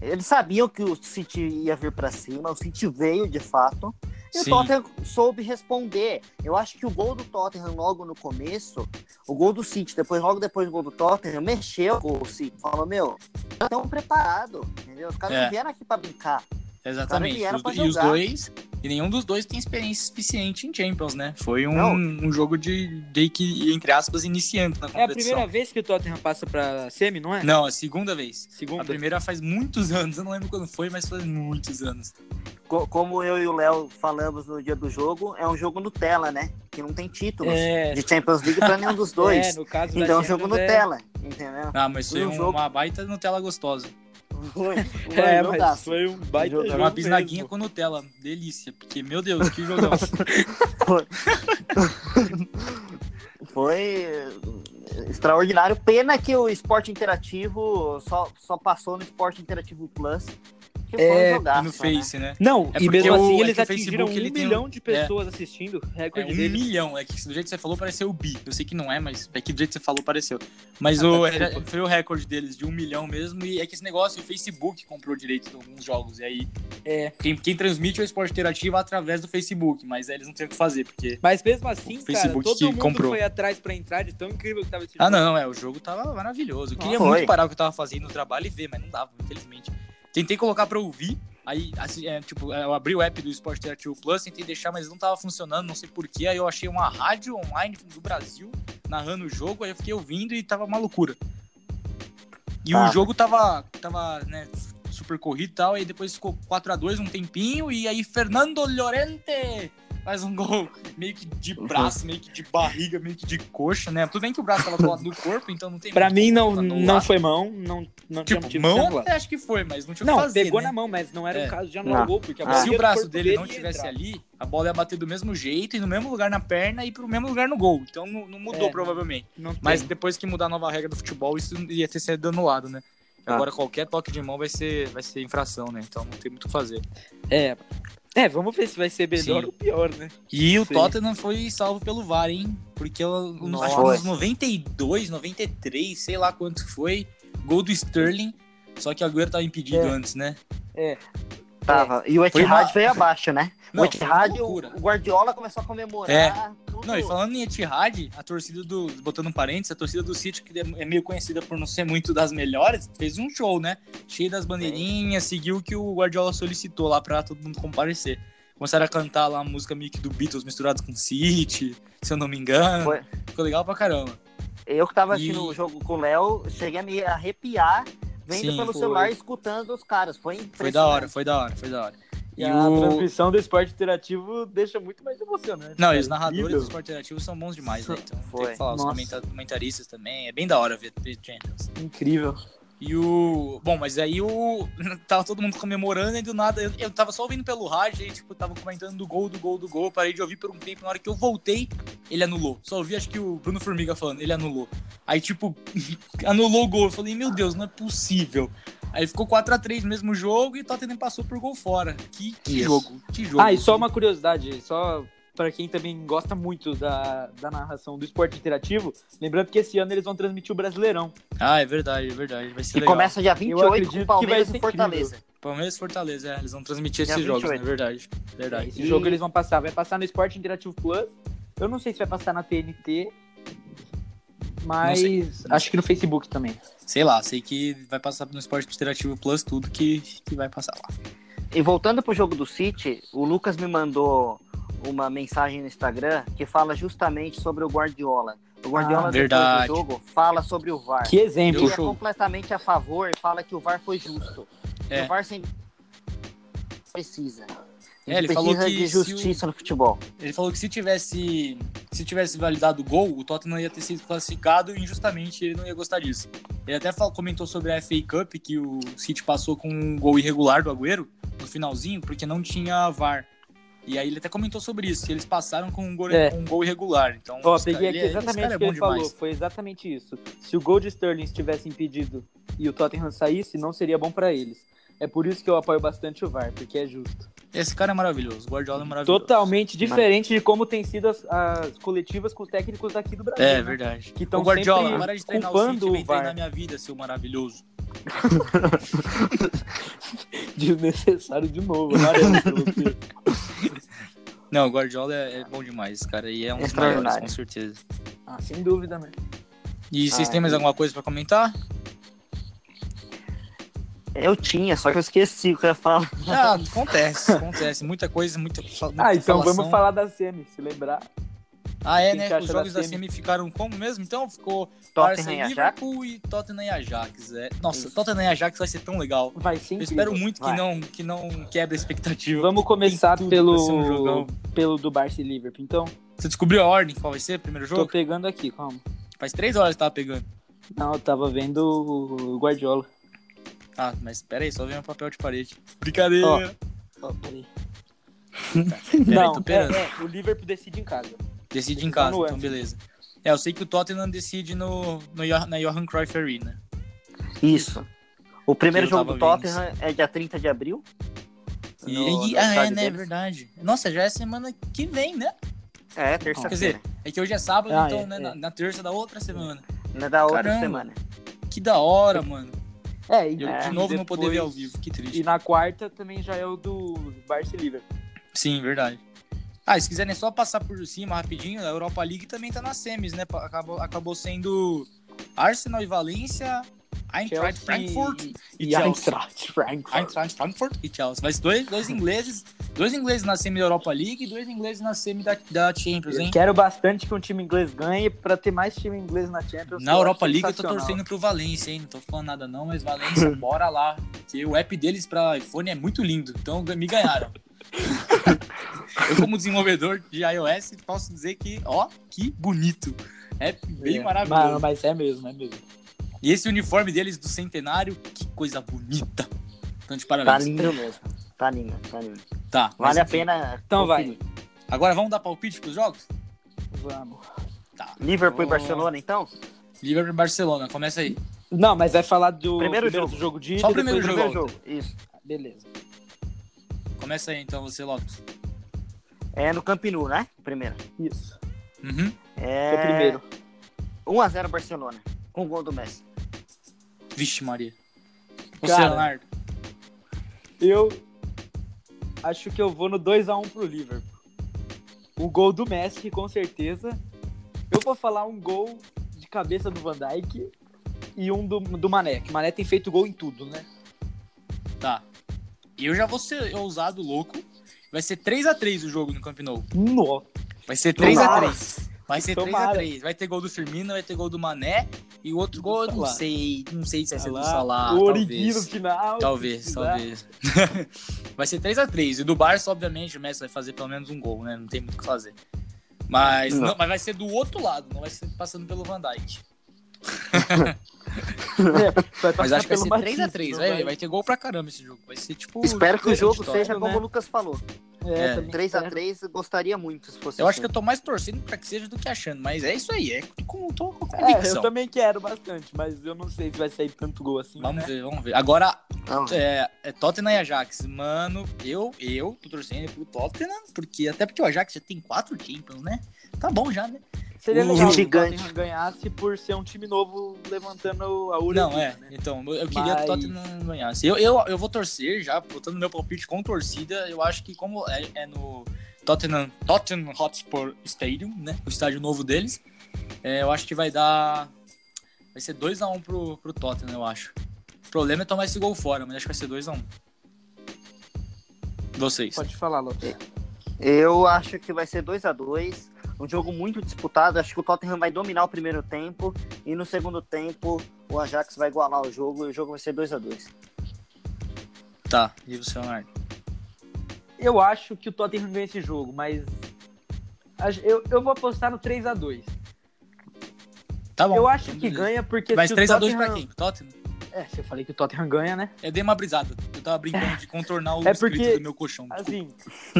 B: Eles sabiam que o City ia vir pra cima, o City veio de fato. E
A: Sim.
B: o Tottenham soube responder. Eu acho que o gol do Tottenham logo no começo, o gol do City, depois logo depois do gol do Tottenham, mexeu com o City. Falou, meu, estão preparados, entendeu? Os caras
A: É.
B: não vieram aqui pra brincar.
A: Exatamente.
B: vieram
A: Os
B: pra
A: do- e os
B: jogar.
A: dois. E nenhum dos dois tem experiência suficiente em Champions, né? Foi um,
B: Não.
A: um jogo de, de que, entre aspas, iniciando na
D: É a
A: competição.
D: primeira vez que o Tottenham passa pra semi, não é?
A: Não, a segunda vez. A
D: Segunda.
A: primeira faz muitos anos. Eu não lembro quando foi, mas faz muitos anos.
B: Co- Como eu e o Léo falamos no dia do jogo, é um jogo Nutella, né? Que não tem títulos
D: É,
B: de Champions League pra nenhum dos
D: é,
B: dois.
D: no caso da
B: então é um jogo
D: Champions, é-
B: Nutella, entendeu?
A: Ah, mas foi
B: Um
A: um-
B: jogo.
A: uma baita Nutella gostosa.
B: Foi, foi
D: É,
B: um
D: mas
B: jogaço.
D: foi um baita
B: Jogo-
D: jogo
A: Uma
D: mesmo.
A: bisnaguinha com Nutella. Delícia. Porque, meu Deus, que jogão.
B: Foi eh, extraordinário. Pena que o esporte interativo só, só passou no esporte interativo Plus. Que foi
D: É,
B: um
A: E
B: jogaço,
A: no
B: né?
A: Face, né?
D: Não,
A: É
D: e
A: porque
D: mesmo
A: o-
D: assim
A: é
D: eles
A: que o
D: atingiram
A: Facebook, ele
D: um
A: tem um-
D: milhão de pessoas assistindo,
A: É
D: recorde
A: um
D: deles.
A: milhão. É que do jeito que você falou, pareceu o bi. Eu sei que não é, mas é que do jeito que você falou, pareceu. Mas o,
D: Ah, tá,
A: era-
D: desculpa.
A: foi o recorde deles, de um milhão mesmo. E é que esse negócio, o Facebook comprou direito de alguns jogos. E aí,
D: É.
A: quem, quem transmite o esporte interativo é através do Facebook. Mas aí eles não têm o que fazer, porque...
D: Mas mesmo assim,
A: O
D: cara,
A: Facebook
D: todo
A: que
D: mundo
A: comprou.
D: foi atrás pra entrar de tão incrível que tava esse
A: Ah,
D: jogo.
A: não, é, o jogo tava maravilhoso. Eu queria
B: Nossa,
A: muito
B: foi.
A: parar o que eu tava fazendo no trabalho e ver, mas não dava, infelizmente. Tentei colocar pra ouvir, aí, assim, é, tipo, eu abri o app do Esporte Interativo Plus, tentei deixar, mas não tava funcionando, não sei porquê. Aí eu achei uma rádio online do Brasil narrando o jogo, aí eu fiquei ouvindo e tava uma loucura. E
B: Tá.
A: o jogo tava, tava, né, super corrido e tal, aí depois ficou 4x2 um tempinho, e aí Fernando Llorente faz um gol meio que de braço, meio que de barriga, meio que de coxa, né? Tudo bem que o braço tava do lado do corpo, então não tem.
D: Pra
A: muito
D: mim não,
A: como anular.
D: não foi mão, não, não tinha
A: Tipo,
D: motivo de ser
A: mão
D: anulado.
A: até acho que foi, mas não tinha o que
D: Não,
A: fazer.
D: pegou
A: né?
D: na mão, mas não era
A: É.
D: o caso de anular o
B: Ah.
D: gol, porque a
B: Ah.
D: bola
A: Se
D: ia
A: o
D: do
A: braço
D: corpo
A: dele não
D: ia
A: tivesse
D: entrar.
A: ali, a bola ia bater do mesmo jeito e no mesmo lugar na perna e pro mesmo lugar no gol. Então não, não mudou,
D: É.
A: provavelmente.
D: Não tem.
A: Mas depois que mudar a nova regra do futebol, isso ia ter sido anulado, né?
B: Ah.
A: Agora qualquer toque de mão vai ser, vai ser infração, né? Então não tem muito o que fazer.
D: É. É, vamos ver se vai ser melhor
A: Sim.
D: ou pior, né?
A: E o
D: Sim.
A: Tottenham foi salvo pelo VAR, hein? Porque eu, eu não-
D: Nossa.
A: acho que nos 92, 93, sei lá quanto foi, gol do Sterling. Só que o Agüero tava impedido
D: É.
A: antes, né?
B: Tava. E o
A: Foi
B: Etihad
A: uma-
B: veio abaixo, né?
A: Não,
B: o
A: foi uma
B: Etihad, o
A: loucura.
B: o Guardiola começou a comemorar.
A: É.
B: Tudo.
A: Não, e falando em Etihad, a torcida do. Botando um parênteses, a torcida do City, que é meio conhecida por não ser muito das melhores, fez um show, né? Cheio das bandeirinhas, seguiu o que o Guardiola solicitou lá pra todo mundo comparecer. Começaram a cantar lá a música meio que do Beatles misturado com City, se eu não me engano.
B: Foi.
A: Ficou legal pra caramba.
B: Eu que tava
A: E-
B: assistindo o jogo com o Léo, cheguei a me arrepiar vendo
A: Sim,
B: pelo
A: foi.
B: celular, escutando os caras. Foi
A: Foi
B: impressionante.
A: da hora, foi da hora, foi da hora.
D: E,
A: E
D: a
A: o-
D: transmissão do esporte interativo deixa muito mais emocionante.
A: Não,
D: cara.
A: e os narradores
D: Incrível.
A: do esporte interativo são bons demais, né? Então,
C: Foi.
A: tem que falar, os
D: Nossa.
A: comenta- comentaristas também. É bem da hora ver ver Champions.
D: Incrível.
A: E o. Bom, mas aí o. Tava todo mundo comemorando e do nada. Eu, eu tava só ouvindo pelo rádio e, tipo, tava comentando do gol, do gol, do gol. Parei de ouvir por um tempo. Na hora que eu voltei, ele anulou. Só ouvi, acho que o Bruno Formiga falando, ele anulou. Aí, tipo, anulou o gol. Eu falei, meu Deus, não é possível. Aí ficou 4x3 mesmo jogo e o Tottenham passou por gol fora. Que, que
D: Isso.
A: jogo, que jogo.
D: Ah, e só uma curiosidade, só para quem também gosta muito da, da narração do esporte interativo, lembrando que esse ano eles vão transmitir o Brasileirão.
A: Ah, é verdade, é verdade. Vai ser
B: Que
A: legal.
B: começa dia
D: Eu
B: 28
D: acredito
B: com
D: que vai
B: Palmeiras
D: ser
B: e Fortaleza.
A: Palmeiras e Fortaleza, é, eles vão transmitir
B: Dia
A: esses jogos, né?
B: 28.
A: Verdade, verdade.
D: Esse
B: E-
D: jogo eles vão passar, vai passar no Esporte Interativo Plus. Eu não sei se vai passar na TNT, mas
A: sei.
D: acho que no Facebook também.
A: Sei lá, sei que vai passar no Esporte Interativo Plus tudo que, que vai passar lá.
B: E voltando pro jogo do City, o Lucas me mandou uma mensagem no Instagram que fala justamente sobre o Guardiola. O Guardiola
A: Ah,
B: depois
A: verdade.
B: do jogo fala sobre o VAR.
D: Que exemplo.
B: Ele é
A: show.
B: completamente a favor e fala que o VAR foi justo.
A: É.
B: O VAR sem precisa.
A: É, ele
B: precisa
A: falou que
B: de
A: se o-
B: justiça no futebol.
A: Ele falou que se tivesse se tivesse validado o gol, o Tottenham ia ter sido classificado injustamente, ele não ia gostar disso. Ele até falou- comentou sobre a FA Cup que o City passou com um gol irregular do Agüero no finalzinho, porque não tinha VAR. E aí ele até comentou sobre isso, que eles passaram com um gol,
D: É.
A: com um gol irregular. Então,
D: Ó,
A: esse cara-
D: peguei
A: ele
D: aqui
A: é- esse
D: exatamente
A: cara
D: o
A: é
D: que
A: bom
D: ele falou.
A: demais.
D: Foi exatamente isso. Se o gol de Sterling estivesse impedido e o Tottenham saísse, não seria bom pra eles. É por isso que eu apoio bastante o VAR, porque é justo.
A: Esse cara é maravilhoso, o Guardiola é maravilhoso.
D: Totalmente diferente de como tem sido as, as coletivas com os técnicos daqui do Brasil.
A: É
D: né?
A: verdade. Então,
D: Que estão
A: o Guardiola,
D: sempre
A: para de treinar o
D: culpando
A: City, vem
D: o
A: treinar
D: VAR.
A: minha vida, seu maravilhoso.
D: Desnecessário de novo. amarelo pelo Pedro.
A: Não, o Guardiola é, é bom demais, cara, e é um dos
B: Extraordinário.
A: maiores, com certeza.
D: ah, sem dúvida, né?
A: E vocês
B: Ah,
A: têm mais
B: e-
A: alguma coisa pra comentar?
B: Eu tinha, só que eu esqueci o que eu ia falar.
A: Ah, acontece, acontece. Muita coisa, muita. fa- muita
D: Ah, então
A: falação.
D: vamos falar da semi, se lembrar.
A: Ah, é,
D: quem que
A: né?
D: acha
A: Os jogos
D: da
A: da semi ficaram como mesmo? Então ficou Barça é
B: Tottenham e
A: e
B: Ajax.
A: Liverpool e Tottenham e Ajax. É. Nossa,
D: Isso.
A: Tottenham e Ajax vai ser tão legal.
D: Vai sim.
A: Eu espero muito que
B: vai.
A: não, que não quebre a expectativa.
D: Vamos
A: Tem
D: começar
A: tudo pra ser um
D: pelo,
A: jogão.
D: pelo do Barça e Liverpool. Então,
A: Você descobriu a ordem qual vai ser o primeiro
D: tô
A: jogo?
D: pegando aqui, calma.
A: Faz três horas que tava pegando.
D: Não, eu tava vendo o Guardiola.
A: Ah, mas pera aí, só veio meu papel de parede. Brincadeira.
D: Ó,
A: Pera
D: Ó, peraí.
A: aí,
D: Não,
A: tô
D: é,
A: perando.
D: é, o Liverpool decide em casa.
A: Decide em
D: Decisão
A: casa,
D: no
A: então
D: Anfield.
A: beleza. É, eu sei que o Tottenham decide no, no, Joh- na Johan Cruyff Arena.
B: Isso. O primeiro
A: Que eu
B: jogo do
A: tava vendo
B: Tottenham é dia 30 de abril.
A: E,
B: no-
A: e-
B: no
A: ah, é,
B: estádio
A: né? É
B: deles.
A: verdade. Nossa, já é semana que vem, né?
B: É,
A: Quer
B: terça-feira.
A: dizer, é que hoje é sábado,
D: Ah,
A: então,
D: é,
A: né?
D: é.
A: Na, na terça da outra semana.
B: Não é da outra
A: Caramba.
B: semana.
A: Que da hora, mano.
D: É,
A: E
D: e
A: Eu,
B: É,
A: de novo, não poder ver ao
D: depois-
A: vivo. Que triste.
D: E na quarta também já é o do Barça e Liverpool.
A: Sim, verdade. Ah, e se quiserem só passar por cima rapidinho, a Europa League também tá nas semis, né? Pa- Acabou, acabou sendo Arsenal e Valência, Eintracht
D: Chelsea
A: Frankfurt
D: e,
A: e,
D: e
A: Chelsea.
D: Eintracht Frankfurt.
A: Eintracht Frankfurt e Chelsea. Mas dois, dois ingleses, dois ingleses na semi da Europa League e dois ingleses na semi da, da Champions, hein?
D: Eu quero bastante que um time inglês ganhe pra ter mais time inglês na Champions.
A: Na
D: eu
A: Europa
D: acho
A: League eu tô
D: sensacional.
A: torcendo pro Valência, hein? Não tô falando nada não, mas Valência, bora lá. Porque o app deles pra iPhone é muito lindo, então me ganharam. eu, como desenvolvedor de iOS, posso dizer que, ó, que bonito. App bem
D: É.
A: maravilhoso.
D: Mas, mas é mesmo, é mesmo.
A: E esse uniforme deles do centenário, que coisa bonita. Então, de
B: Tá
A: parabéns.
B: lindo mesmo. Tá lindo, tá lindo.
A: Tá, mas
B: Vale a
A: enfim.
B: pena.
D: Então vai.
B: conferir.
A: Agora vamos dar palpite pros jogos?
D: Vamos.
A: Tá.
B: Liverpool e
A: Oh.
B: Barcelona, então?
A: Liverpool e Barcelona, começa aí.
D: Não, mas vai falar do
B: Primeiro
D: do
B: jogo.
D: jogo de
A: Só o
D: ida,
A: primeiro
D: depois
A: jogo.
D: do
B: Primeiro jogo. Isso.
D: Beleza.
A: Começa aí então você, Lopes.
B: É no Camp Nou, né? Primeiro.
D: Isso.
A: Uhum.
D: É...
B: É,
D: o primeiro.
B: 1x0 Barcelona. Com gol do Messi.
A: Vixe, Maria. Você,
D: Cara,
A: Leonardo.
D: Eu acho que eu vou no 2x1 pro Liverpool. O gol do Messi, com certeza. Eu vou falar um gol de cabeça do Van Dijk e um do, do Mané. Que o Mané tem feito gol em tudo, né?
A: Tá. E eu já vou ser ousado, louco. Vai ser 3x3 o jogo no Camp Nou.
D: Nossa.
A: Vai ser
D: Tomara.
A: 3x3. Vai ser
D: Tomara.
A: 3x3. Vai ter gol do Firmino, vai ter gol do Mané. E o outro gol, eu não
D: Salah.
A: sei. Não sei se vai ser é do
D: Olha lá,
A: Salah.
D: o Origi no
A: Talvez,
D: final.
A: talvez.
D: se
A: talvez. vai ser 3x3. E do Barça, obviamente, o Messi vai fazer pelo menos um gol, né? Não tem muito o que fazer. Mas,
B: Não.
A: não, mas vai ser do outro lado, não vai ser passando pelo Van Dijk.
D: Vai
A: Mas
D: passar
A: acho que vai
D: pelo
A: ser
D: Batista,
A: 3x3.
D: não
A: né? Vai, vai ter gol pra caramba esse jogo. Vai ser tipo.
B: Espero que o jogo
A: vitória.
B: seja como
D: né?
B: o Lucas falou.
D: É,
A: É.
D: também
B: 3x3, gostaria muito se fosse
A: Eu acho que
B: assim.
A: eu tô mais torcendo pra que seja do que achando, mas é isso aí, é com, tô com
D: É, eu
A: convicção.
D: também quero bastante, mas eu não sei se vai sair tanto gol assim.
A: Vamos
D: né?
A: ver, vamos ver. Agora,
B: Não,
A: é, é Tottenham e Ajax. Mano, eu, eu tô torcendo pro Tottenham, porque até porque o Ajax já tem quatro Champions, né? Tá bom já, né?
D: Seria
B: Um
D: legal se o
B: gigante.
D: Tottenham ganhasse por ser um time novo levantando a orelha.
A: Não, é. Então, eu eu queria que o
D: né? Mas-
A: Tottenham ganhasse. Eu, eu, eu vou torcer já, botando meu palpite com torcida. Eu acho que como é, é no Tottenham, Tottenham Hotspur Stadium, né? O estádio novo deles. é, eu acho que vai dar... Vai ser 2x1 pro, pro Tottenham, eu acho. O problema é tomar esse gol fora, mas acho que vai ser 2x1. Vocês.
D: Pode falar, Lopes.
B: Eu acho que vai ser 2 a 2 um jogo muito disputado. Acho que o Tottenham vai dominar o primeiro tempo e no segundo tempo o Ajax vai igualar o jogo e o jogo vai ser 2 a 2
A: Tá, e você, Leonardo?
D: Eu acho que o Tottenham ganha esse jogo, mas acho- eu, eu vou apostar no 3x2.
A: Tá bom.
D: eu acho
A: então
D: que
A: beleza.
D: ganha porque
A: Mas
D: se o
A: 3x2 pra
D: Tottenham-
A: quem? Pro Tottenham?
D: É, se eu falei que o Tottenham ganha, né?
A: Eu dei uma brisada. Eu tava brincando de contornar o
D: É
A: escrito
D: porque-
A: do meu colchão.
D: Assim,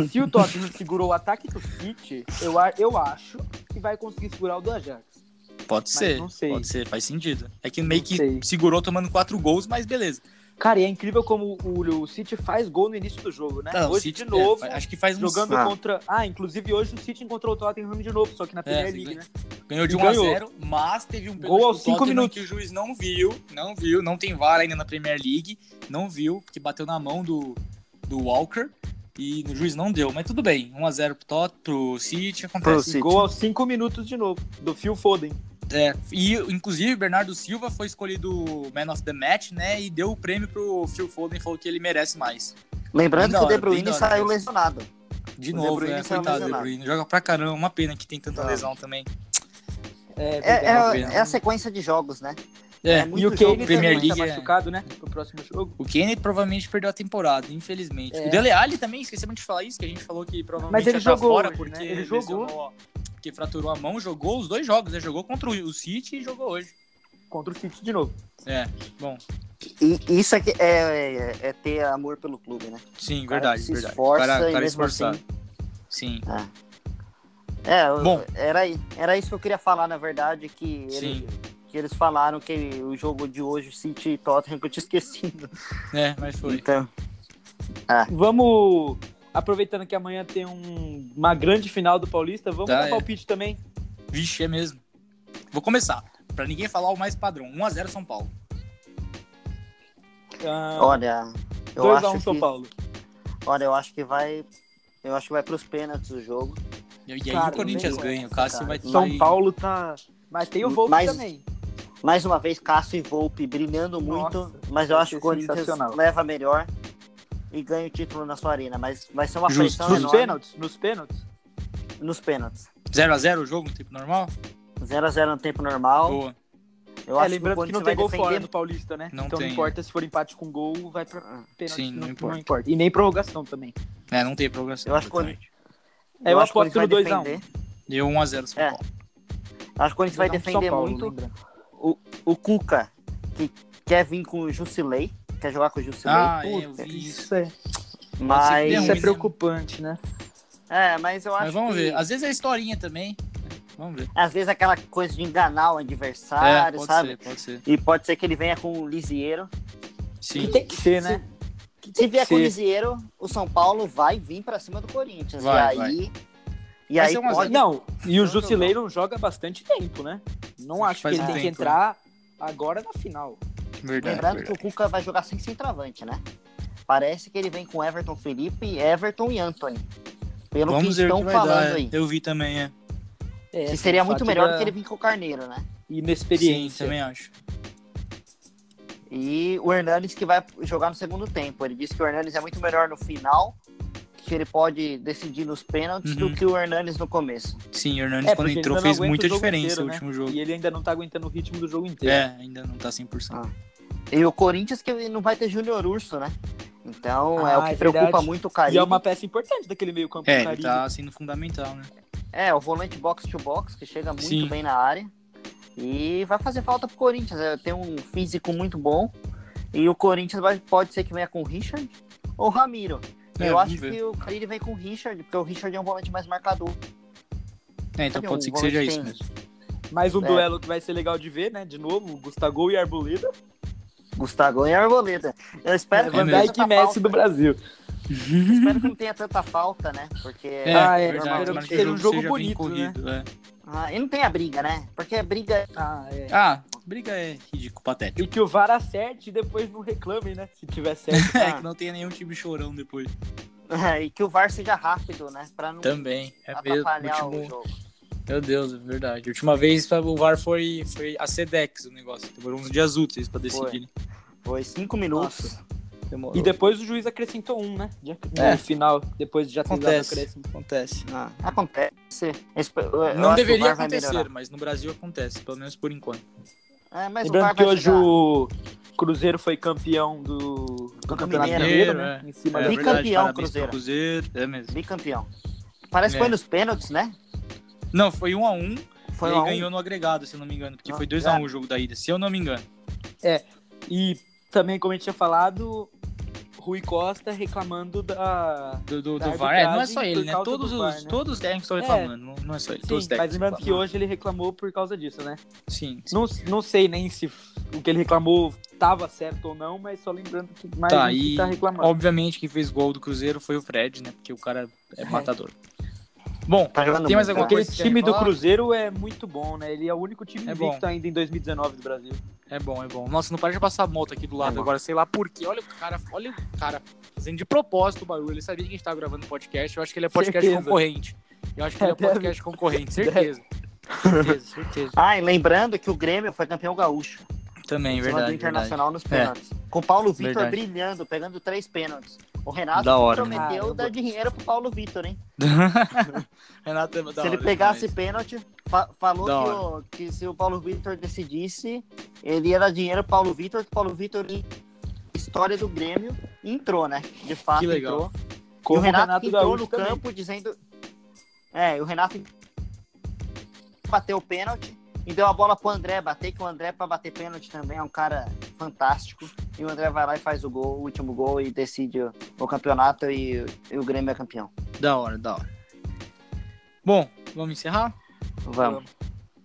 D: se o Tottenham segurou o ataque do City, eu, a- eu acho que vai conseguir segurar o do Ajax.
A: Pode
D: Mas
A: ser,
D: não sei.
A: pode ser, faz sentido. É que meio
D: Não
A: que
D: sei.
A: segurou tomando quatro gols, mas beleza.
D: Cara, e é incrível como o, o City faz gol no início do jogo, né?
A: Tá, o
D: Hoje,
A: City,
D: de novo,
A: é, acho que faz uns,
D: jogando
B: Ah.
D: contra... Ah, inclusive hoje o City encontrou o Tottenham de novo, só que
A: É,
D: na Premier League, né?
A: ganhou de
D: e
A: 1 a
D: ganhou.
A: 0 mas teve um
D: Gol aos
A: do
D: cinco
A: Tottenham
D: minutos.
A: que o juiz não viu, não viu, não tem VAR ainda na Premier League, não viu, porque bateu na mão do, do Walker e o juiz não deu, mas tudo bem. 1 a 0 pro Tot, pro City,
B: Pro
A: acontece.
B: City.
D: Gol aos 5 minutos de novo, do Phil Foden.
A: É, e inclusive Bernardo Silva foi escolhido Man of the Match, né, e deu o prêmio pro Phil Foden, falou que ele merece mais.
B: Lembrando
A: Bem da
B: que o De
A: hora, bem
B: Bruyne
A: da hora
B: saiu
A: mesmo.
B: lesionado.
A: De
B: O De
A: novo,
B: Bruyne
A: né?
B: saiu
A: Coitado do De
B: lesionado.
A: Bruyne. Joga pra caramba. Uma pena que tem tanta
B: Tá.
A: lesão também.
B: É, é-
A: verdade.
B: é a sequência de jogos, né?
A: É,
B: muito
D: E o
B: jogo,
D: Kane
A: Premier
D: Premier
B: né?
D: League
A: League é-
D: machucado, né? Pro próximo jogo.
A: o Kane provavelmente perdeu a temporada, infelizmente.
D: É.
A: O Dele Alli também, esquecemos de falar isso, que a gente falou que provavelmente
D: Mas ele
A: ia pra
D: jogou
A: fora
D: hoje,
A: porque
D: né? Ele jogou.
A: lesionou, Porque fraturou a mão, jogou os dois jogos, né? Jogou contra o City e jogou hoje.
D: Contra o City de novo.
A: É, bom,
B: E e isso é, que- é- é- é ter amor pelo clube, né?
A: sim,
B: cara
A: verdade,
B: se
A: verdade.
B: esforça
A: cara,
B: e
A: cara
B: mesmo
A: esforçado.
B: assim-
A: Sim,
B: É, eu-
A: Bom.
B: Era, i- era isso que eu queria falar, na verdade, que
A: Sim.
B: eles, que eles falaram que o jogo de hoje, City e Tottenham, que eu tinha esquecido.
A: né? Mas foi.
B: Então,
D: Vamos, aproveitando que amanhã tem um- uma grande final do Paulista, vamos
A: Tá,
D: dar
A: é.
D: palpite também.
A: Vixe, é mesmo. Vou começar. Pra ninguém falar o mais padrão. 1x0 São Paulo.
D: Ah,
B: olha, eu
D: 2x1
B: acho
D: São
B: que...
D: Paulo.
B: Olha, eu acho que vai. Eu acho que vai pros pênaltis o jogo.
A: E aí
D: Cara,
A: o Corinthians
D: nem
A: ganha. O
B: essa,
A: Cássio
B: cara.
A: vai
D: São
A: vai-
D: Paulo tá... Mas tem o Volpe
B: Mas-
D: também.
B: Mais uma vez, Cássio e Volpe brilhando
D: Nossa,
B: muito, mas eu
D: vai
B: acho que
D: ser
B: o Corinthians
D: sensacional.
B: leva melhor e ganha o título na sua arena. Mas vai ser uma
A: Justo.
B: pressão
D: Nos
B: enorme
D: pênaltis, nos pênaltis.
B: nos pênaltis.
A: 0x0 o jogo no tempo normal?
B: 0x0 no tempo normal.
A: Boa.
B: Eu
D: É,
B: acho
D: lembrando
B: que,
D: que não tem gol fora no
B: fora.
D: Paulista, né?
A: Não
D: então
A: tem,
D: não importa se for empate com gol, vai pra pênalti.
A: Sim, não importa.
D: E nem prorrogação também.
A: É, não tem progressão.
B: Eu acho que o
A: exatamente.
B: Corinthians.
D: É, eu
B: acho que o
D: aposto
B: Corinthians
D: no
B: vai
D: 2x1.
B: defender.
A: Deu 1x0 São
B: É.
A: Paulo.
B: Acho que o Corinthians vai defender
D: né?
B: muito o Cuca, que quer vir com o Jusilei, quer jogar com o Jusilei.
A: Ah, é, eu
B: Puta,
A: vi isso.
D: Isso é,
A: É
B: mas
A: ruim, né?
D: preocupante, né?
B: é, mas eu acho
A: Mas vamos
B: que
A: ver. Às vezes é historinha também. Vamos ver.
B: às vezes aquela coisa de enganar o
A: É,
B: adversário,
A: pode
B: sabe?
A: ser, pode ser.
B: E pode ser que ele venha com o Lisieiro.
A: Sim.
D: tem que ser, né?
B: Se vier com o
D: ser.
B: Lisieiro, o São Paulo vai vir pra cima do Corinthians.
A: Vai,
B: e
A: vai.
B: aí. E
A: Vai
B: aí
A: ser um a
B: pode.
D: Não, e o
B: Não,
D: Jusileiro joga bastante tempo, né?
A: Acho
D: Não acho
A: que faz
D: que ele
A: um
D: tem que
A: tempo,
D: entrar
B: né?
D: agora na final.
A: Verdade.
B: Lembrando
A: verdade.
B: que o Cuca vai jogar sem centroavante, né? Parece que ele vem com Everton Felipe, Everton e Anthony. Pelo
A: Vamos ver
B: que
A: o
B: estão
A: que vai
B: falando
A: dar.
B: aí.
A: Eu vi também, é.
D: É,
B: que seria muito melhor do que ele
D: ele
B: vir com o Carneiro, né?
A: Sim,
D: Inexperiência.
A: também acho.
B: E o Hernanes que vai jogar no segundo tempo. Ele disse que o Hernanes é muito melhor no final que que ele pode decidir nos pênaltis
A: Uhum.
B: do que o Hernanes no começo.
A: Sim, o Hernandes
D: É,
A: quando
D: porque ele
A: entrou
D: ainda não
A: fez
D: aguenta
A: muita
D: o jogo
A: diferença
D: inteiro,
A: no
D: né?
A: último jogo.
D: E ele ainda não tá aguentando o ritmo do jogo inteiro.
A: É, ainda não tá 100%.
B: E o Corinthians que não vai ter Júnior Urso, né? Então é
D: Ah,
B: o que
D: é
B: preocupa
D: verdade.
B: muito o
D: E
B: Caribe.
D: é uma peça importante daquele meio campo
A: É,
D: do
A: ele
D: Caribe.
A: tá sendo fundamental, né?
B: É, o volante box to box, que chega muito
A: Sim.
B: bem na área. E vai fazer falta pro Corinthians. é, Tem um físico muito bom. E o Corinthians vai- pode ser que venha com o Richard ou Ramiro.
A: É,
B: Eu
A: vamos
B: acho
A: ver.
B: que o Caribe vem com o Richard, porque o Richard é um volante mais marcador.
A: É, então
B: Sabe,
A: pode
B: um
A: ser que seja
B: volante
A: isso
B: tem
A: mesmo.
D: Mais um
B: É.
D: duelo que vai ser legal de ver, né? De novo, Gustavo e Arboleda.
B: Gustavo e Arboleda. Eu espero que
A: É
D: Van
B: não tenha
D: Dijk
B: tanta
D: e Messi
B: falta.
D: do Brasil.
B: Eu Espero que não tenha tanta falta, né? Porque.
A: É,
D: Ah, é,
A: verdade,
D: espero
A: mas
D: que seja um jogo
A: bem
D: bonito,
A: corrido, é.
B: Ah, e não tem a briga, né? Porque a briga.
D: Ah, é.
A: Ah, briga é ridículo, patético.
D: E que o VAR acerte e depois não reclame, né? Se tiver certo.
A: É,
B: Ah.
A: que não tenha nenhum time chorão depois.
B: é, e que o VAR seja rápido, né? Pra não
A: Também, é mesmo.
B: atrapalhar o
A: Último...
B: jogo.
A: Meu Deus, é verdade. A última vez sabe, o VAR foi, foi a Sedex o negócio. Demorou uns dias úteis pra decidir. né?
B: Foi cinco minutos.
A: Demorou.
D: e depois o juiz acrescentou um, né? De- No
A: É.
D: final, depois de já ter dado
A: Acontece.
D: acréscimo.
A: Acontece.
B: Ah, acontece. Espe- eu acho que
A: Não
B: o
A: deveria
B: VAR vai melhorar.
A: acontecer, mas no Brasil acontece, pelo menos por enquanto.
B: É, mas o VAR
D: Lembrando que
B: vai
D: hoje
B: chegar.
D: o Cruzeiro foi campeão do, do Campeonato
B: Mineiro.
D: Mineiro, né?
A: É.
D: Em cima
A: É
D: da...
B: Bicampeão,
A: verdade, parabéns pro
B: Cruzeiro.
A: Cruzeiro. É mesmo.
B: Bicampeão. Parece que
A: É.
B: foi nos pênaltis, né?
A: Não, foi 1 a 1
B: Foi
A: e aí
B: um a um.
A: ganhou no agregado, se eu não me engano,
D: Ah,
A: porque
B: No
A: foi 2
D: é.
A: a 1 o jogo da ida, se eu não me engano.
D: E também, como a gente tinha falado, Rui Costa reclamando da...
A: Do, do,
D: Da
A: do VAR, é, não é
D: Tá arbitragem
A: só ele,
D: por
A: né?
D: causa
A: Todos
D: do
A: os,
D: VAR, né?
A: todos os técnicos estão reclamando, não, não é só ele,
D: Sim,
A: todos os técnicos.
D: mas
A: né?
D: lembrando que
A: reclamam.
D: hoje ele reclamou por causa disso, né?
A: Sim, sim.
D: Não, não sei nem se o que ele reclamou estava certo ou não, mas só lembrando que mais
A: Tá,
D: um que
A: e-
D: tá reclamando.
A: Obviamente quem fez gol do Cruzeiro foi o Fred, né? Porque o cara é matador. Bom,
B: Tá jogando
A: Tem mais
B: muito,
A: alguma
B: né?
D: Aquele
A: coisa que
D: time
A: querem
D: do
A: falar?
D: Cruzeiro é muito bom, né? Ele é o único time
A: É
D: invicto
A: bom.
D: ainda em 2019 do Brasil.
A: é bom, é bom. Nossa, não para de passar a moto aqui do lado
B: É bom.
A: agora, sei lá por quê. Olha o cara, olha o cara fazendo de propósito o barulho. Ele sabia que a gente tava gravando podcast, eu acho que ele é podcast
D: Certeza.
A: concorrente. Eu acho que ele é
D: Deve.
A: podcast concorrente, certeza. Certeza, certeza.
B: Ah, e lembrando que o Grêmio foi campeão gaúcho.
A: Também, verdade.
B: em cima do
A: verdade. É.
B: Internacional nos pênaltis. Com o Paulo Vitor
A: Verdade.
B: brilhando, pegando três pênaltis. O Renato
A: Da hora, né?
B: prometeu
D: Caramba.
B: dar dinheiro pro Paulo Vitor, hein?
A: Renato é da
B: se ele
A: hora
B: pegasse
A: demais.
B: pênalti, fa- falou
A: Da
B: que, o- que se o Paulo Vitor decidisse, ele ia dar dinheiro pro Paulo Vitor, que o Paulo Vitor em história do Grêmio entrou, né? De fato,
A: Que legal.
B: entrou. E
D: Como
B: o Renato, entrou
D: Gaúcho
B: no
D: também.
B: campo dizendo. É, e o Renato bateu o pênalti e deu a bola pro André bater, que o André pra bater pênalti também é um cara fantástico. E o André vai lá e faz o gol, o último gol e decide o, o campeonato e, e o Grêmio é campeão.
A: Da hora, da hora. Bom, vamos encerrar?
B: Vamos.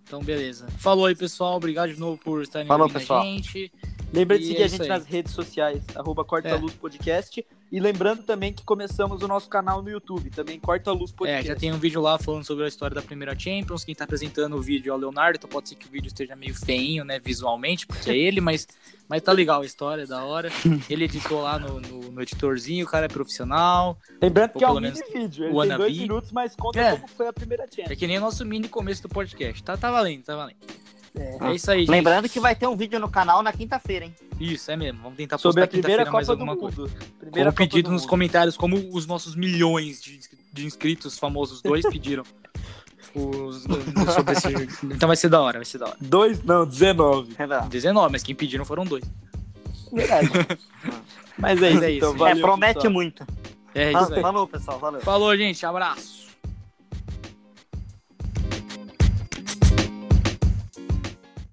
A: Então, beleza. Falou aí, pessoal. Obrigado de novo por estarem
B: Falou,
A: ouvindo
B: pessoal.
A: a gente.
D: Lembra de
A: E
D: seguir
A: é
D: a
A: isso
D: gente
A: aí.
D: nas redes sociais, arroba Corta
A: É.
D: Luz Podcast. E lembrando também que começamos o nosso canal no YouTube, também Corta Luz
A: É,
D: Podcast.
A: já tem um vídeo lá falando sobre a história da primeira Champions. Quem tá apresentando o vídeo é o Leonardo, então pode ser que o vídeo esteja meio feinho, né, visualmente, porque é ele, mas, mas tá legal a história, é da hora. Ele editou lá no, no- no editorzinho, o cara é profissional.
D: Lembrando
A: Ou
D: que é
A: pelo
D: um mini
A: menos
D: vídeo, ele
A: o
D: tem dois
A: Wannabe.
D: minutos, mas conta
A: É.
D: como foi a primeira
A: É
D: Champions.
A: que nem o nosso mini começo do podcast. Tá, tá valendo, tá valendo. É,
D: É.
A: isso aí, gente.
B: Lembrando que vai ter um vídeo no canal na quinta-feira, hein?
A: Isso, é mesmo. Vamos tentar
D: Sobre
A: postar
D: a primeira
A: quinta-feira mais
D: Copa do
A: alguma coisa.
D: Mundo.
A: Como
D: Primeira Copa
A: É um pedido
D: do
A: nos
D: Mundo.
A: comentários, como os nossos milhões de, inscri- de inscritos famosos dois pediram. Os- sobre esse jogo. Então vai ser da hora, vai ser da hora.
D: Dois, não, 19.
B: Renan.
A: 19, mas quem pediram foram dois.
D: Verdade. Mas é
A: Mas
D: isso,
A: é
D: então.
A: isso.
D: Valeu,
B: é, promete
D: pessoal.
B: muito.
A: É isso
B: Falou,
A: aí.
B: falou, pessoal. Valeu.
A: Falou, gente. Abraço.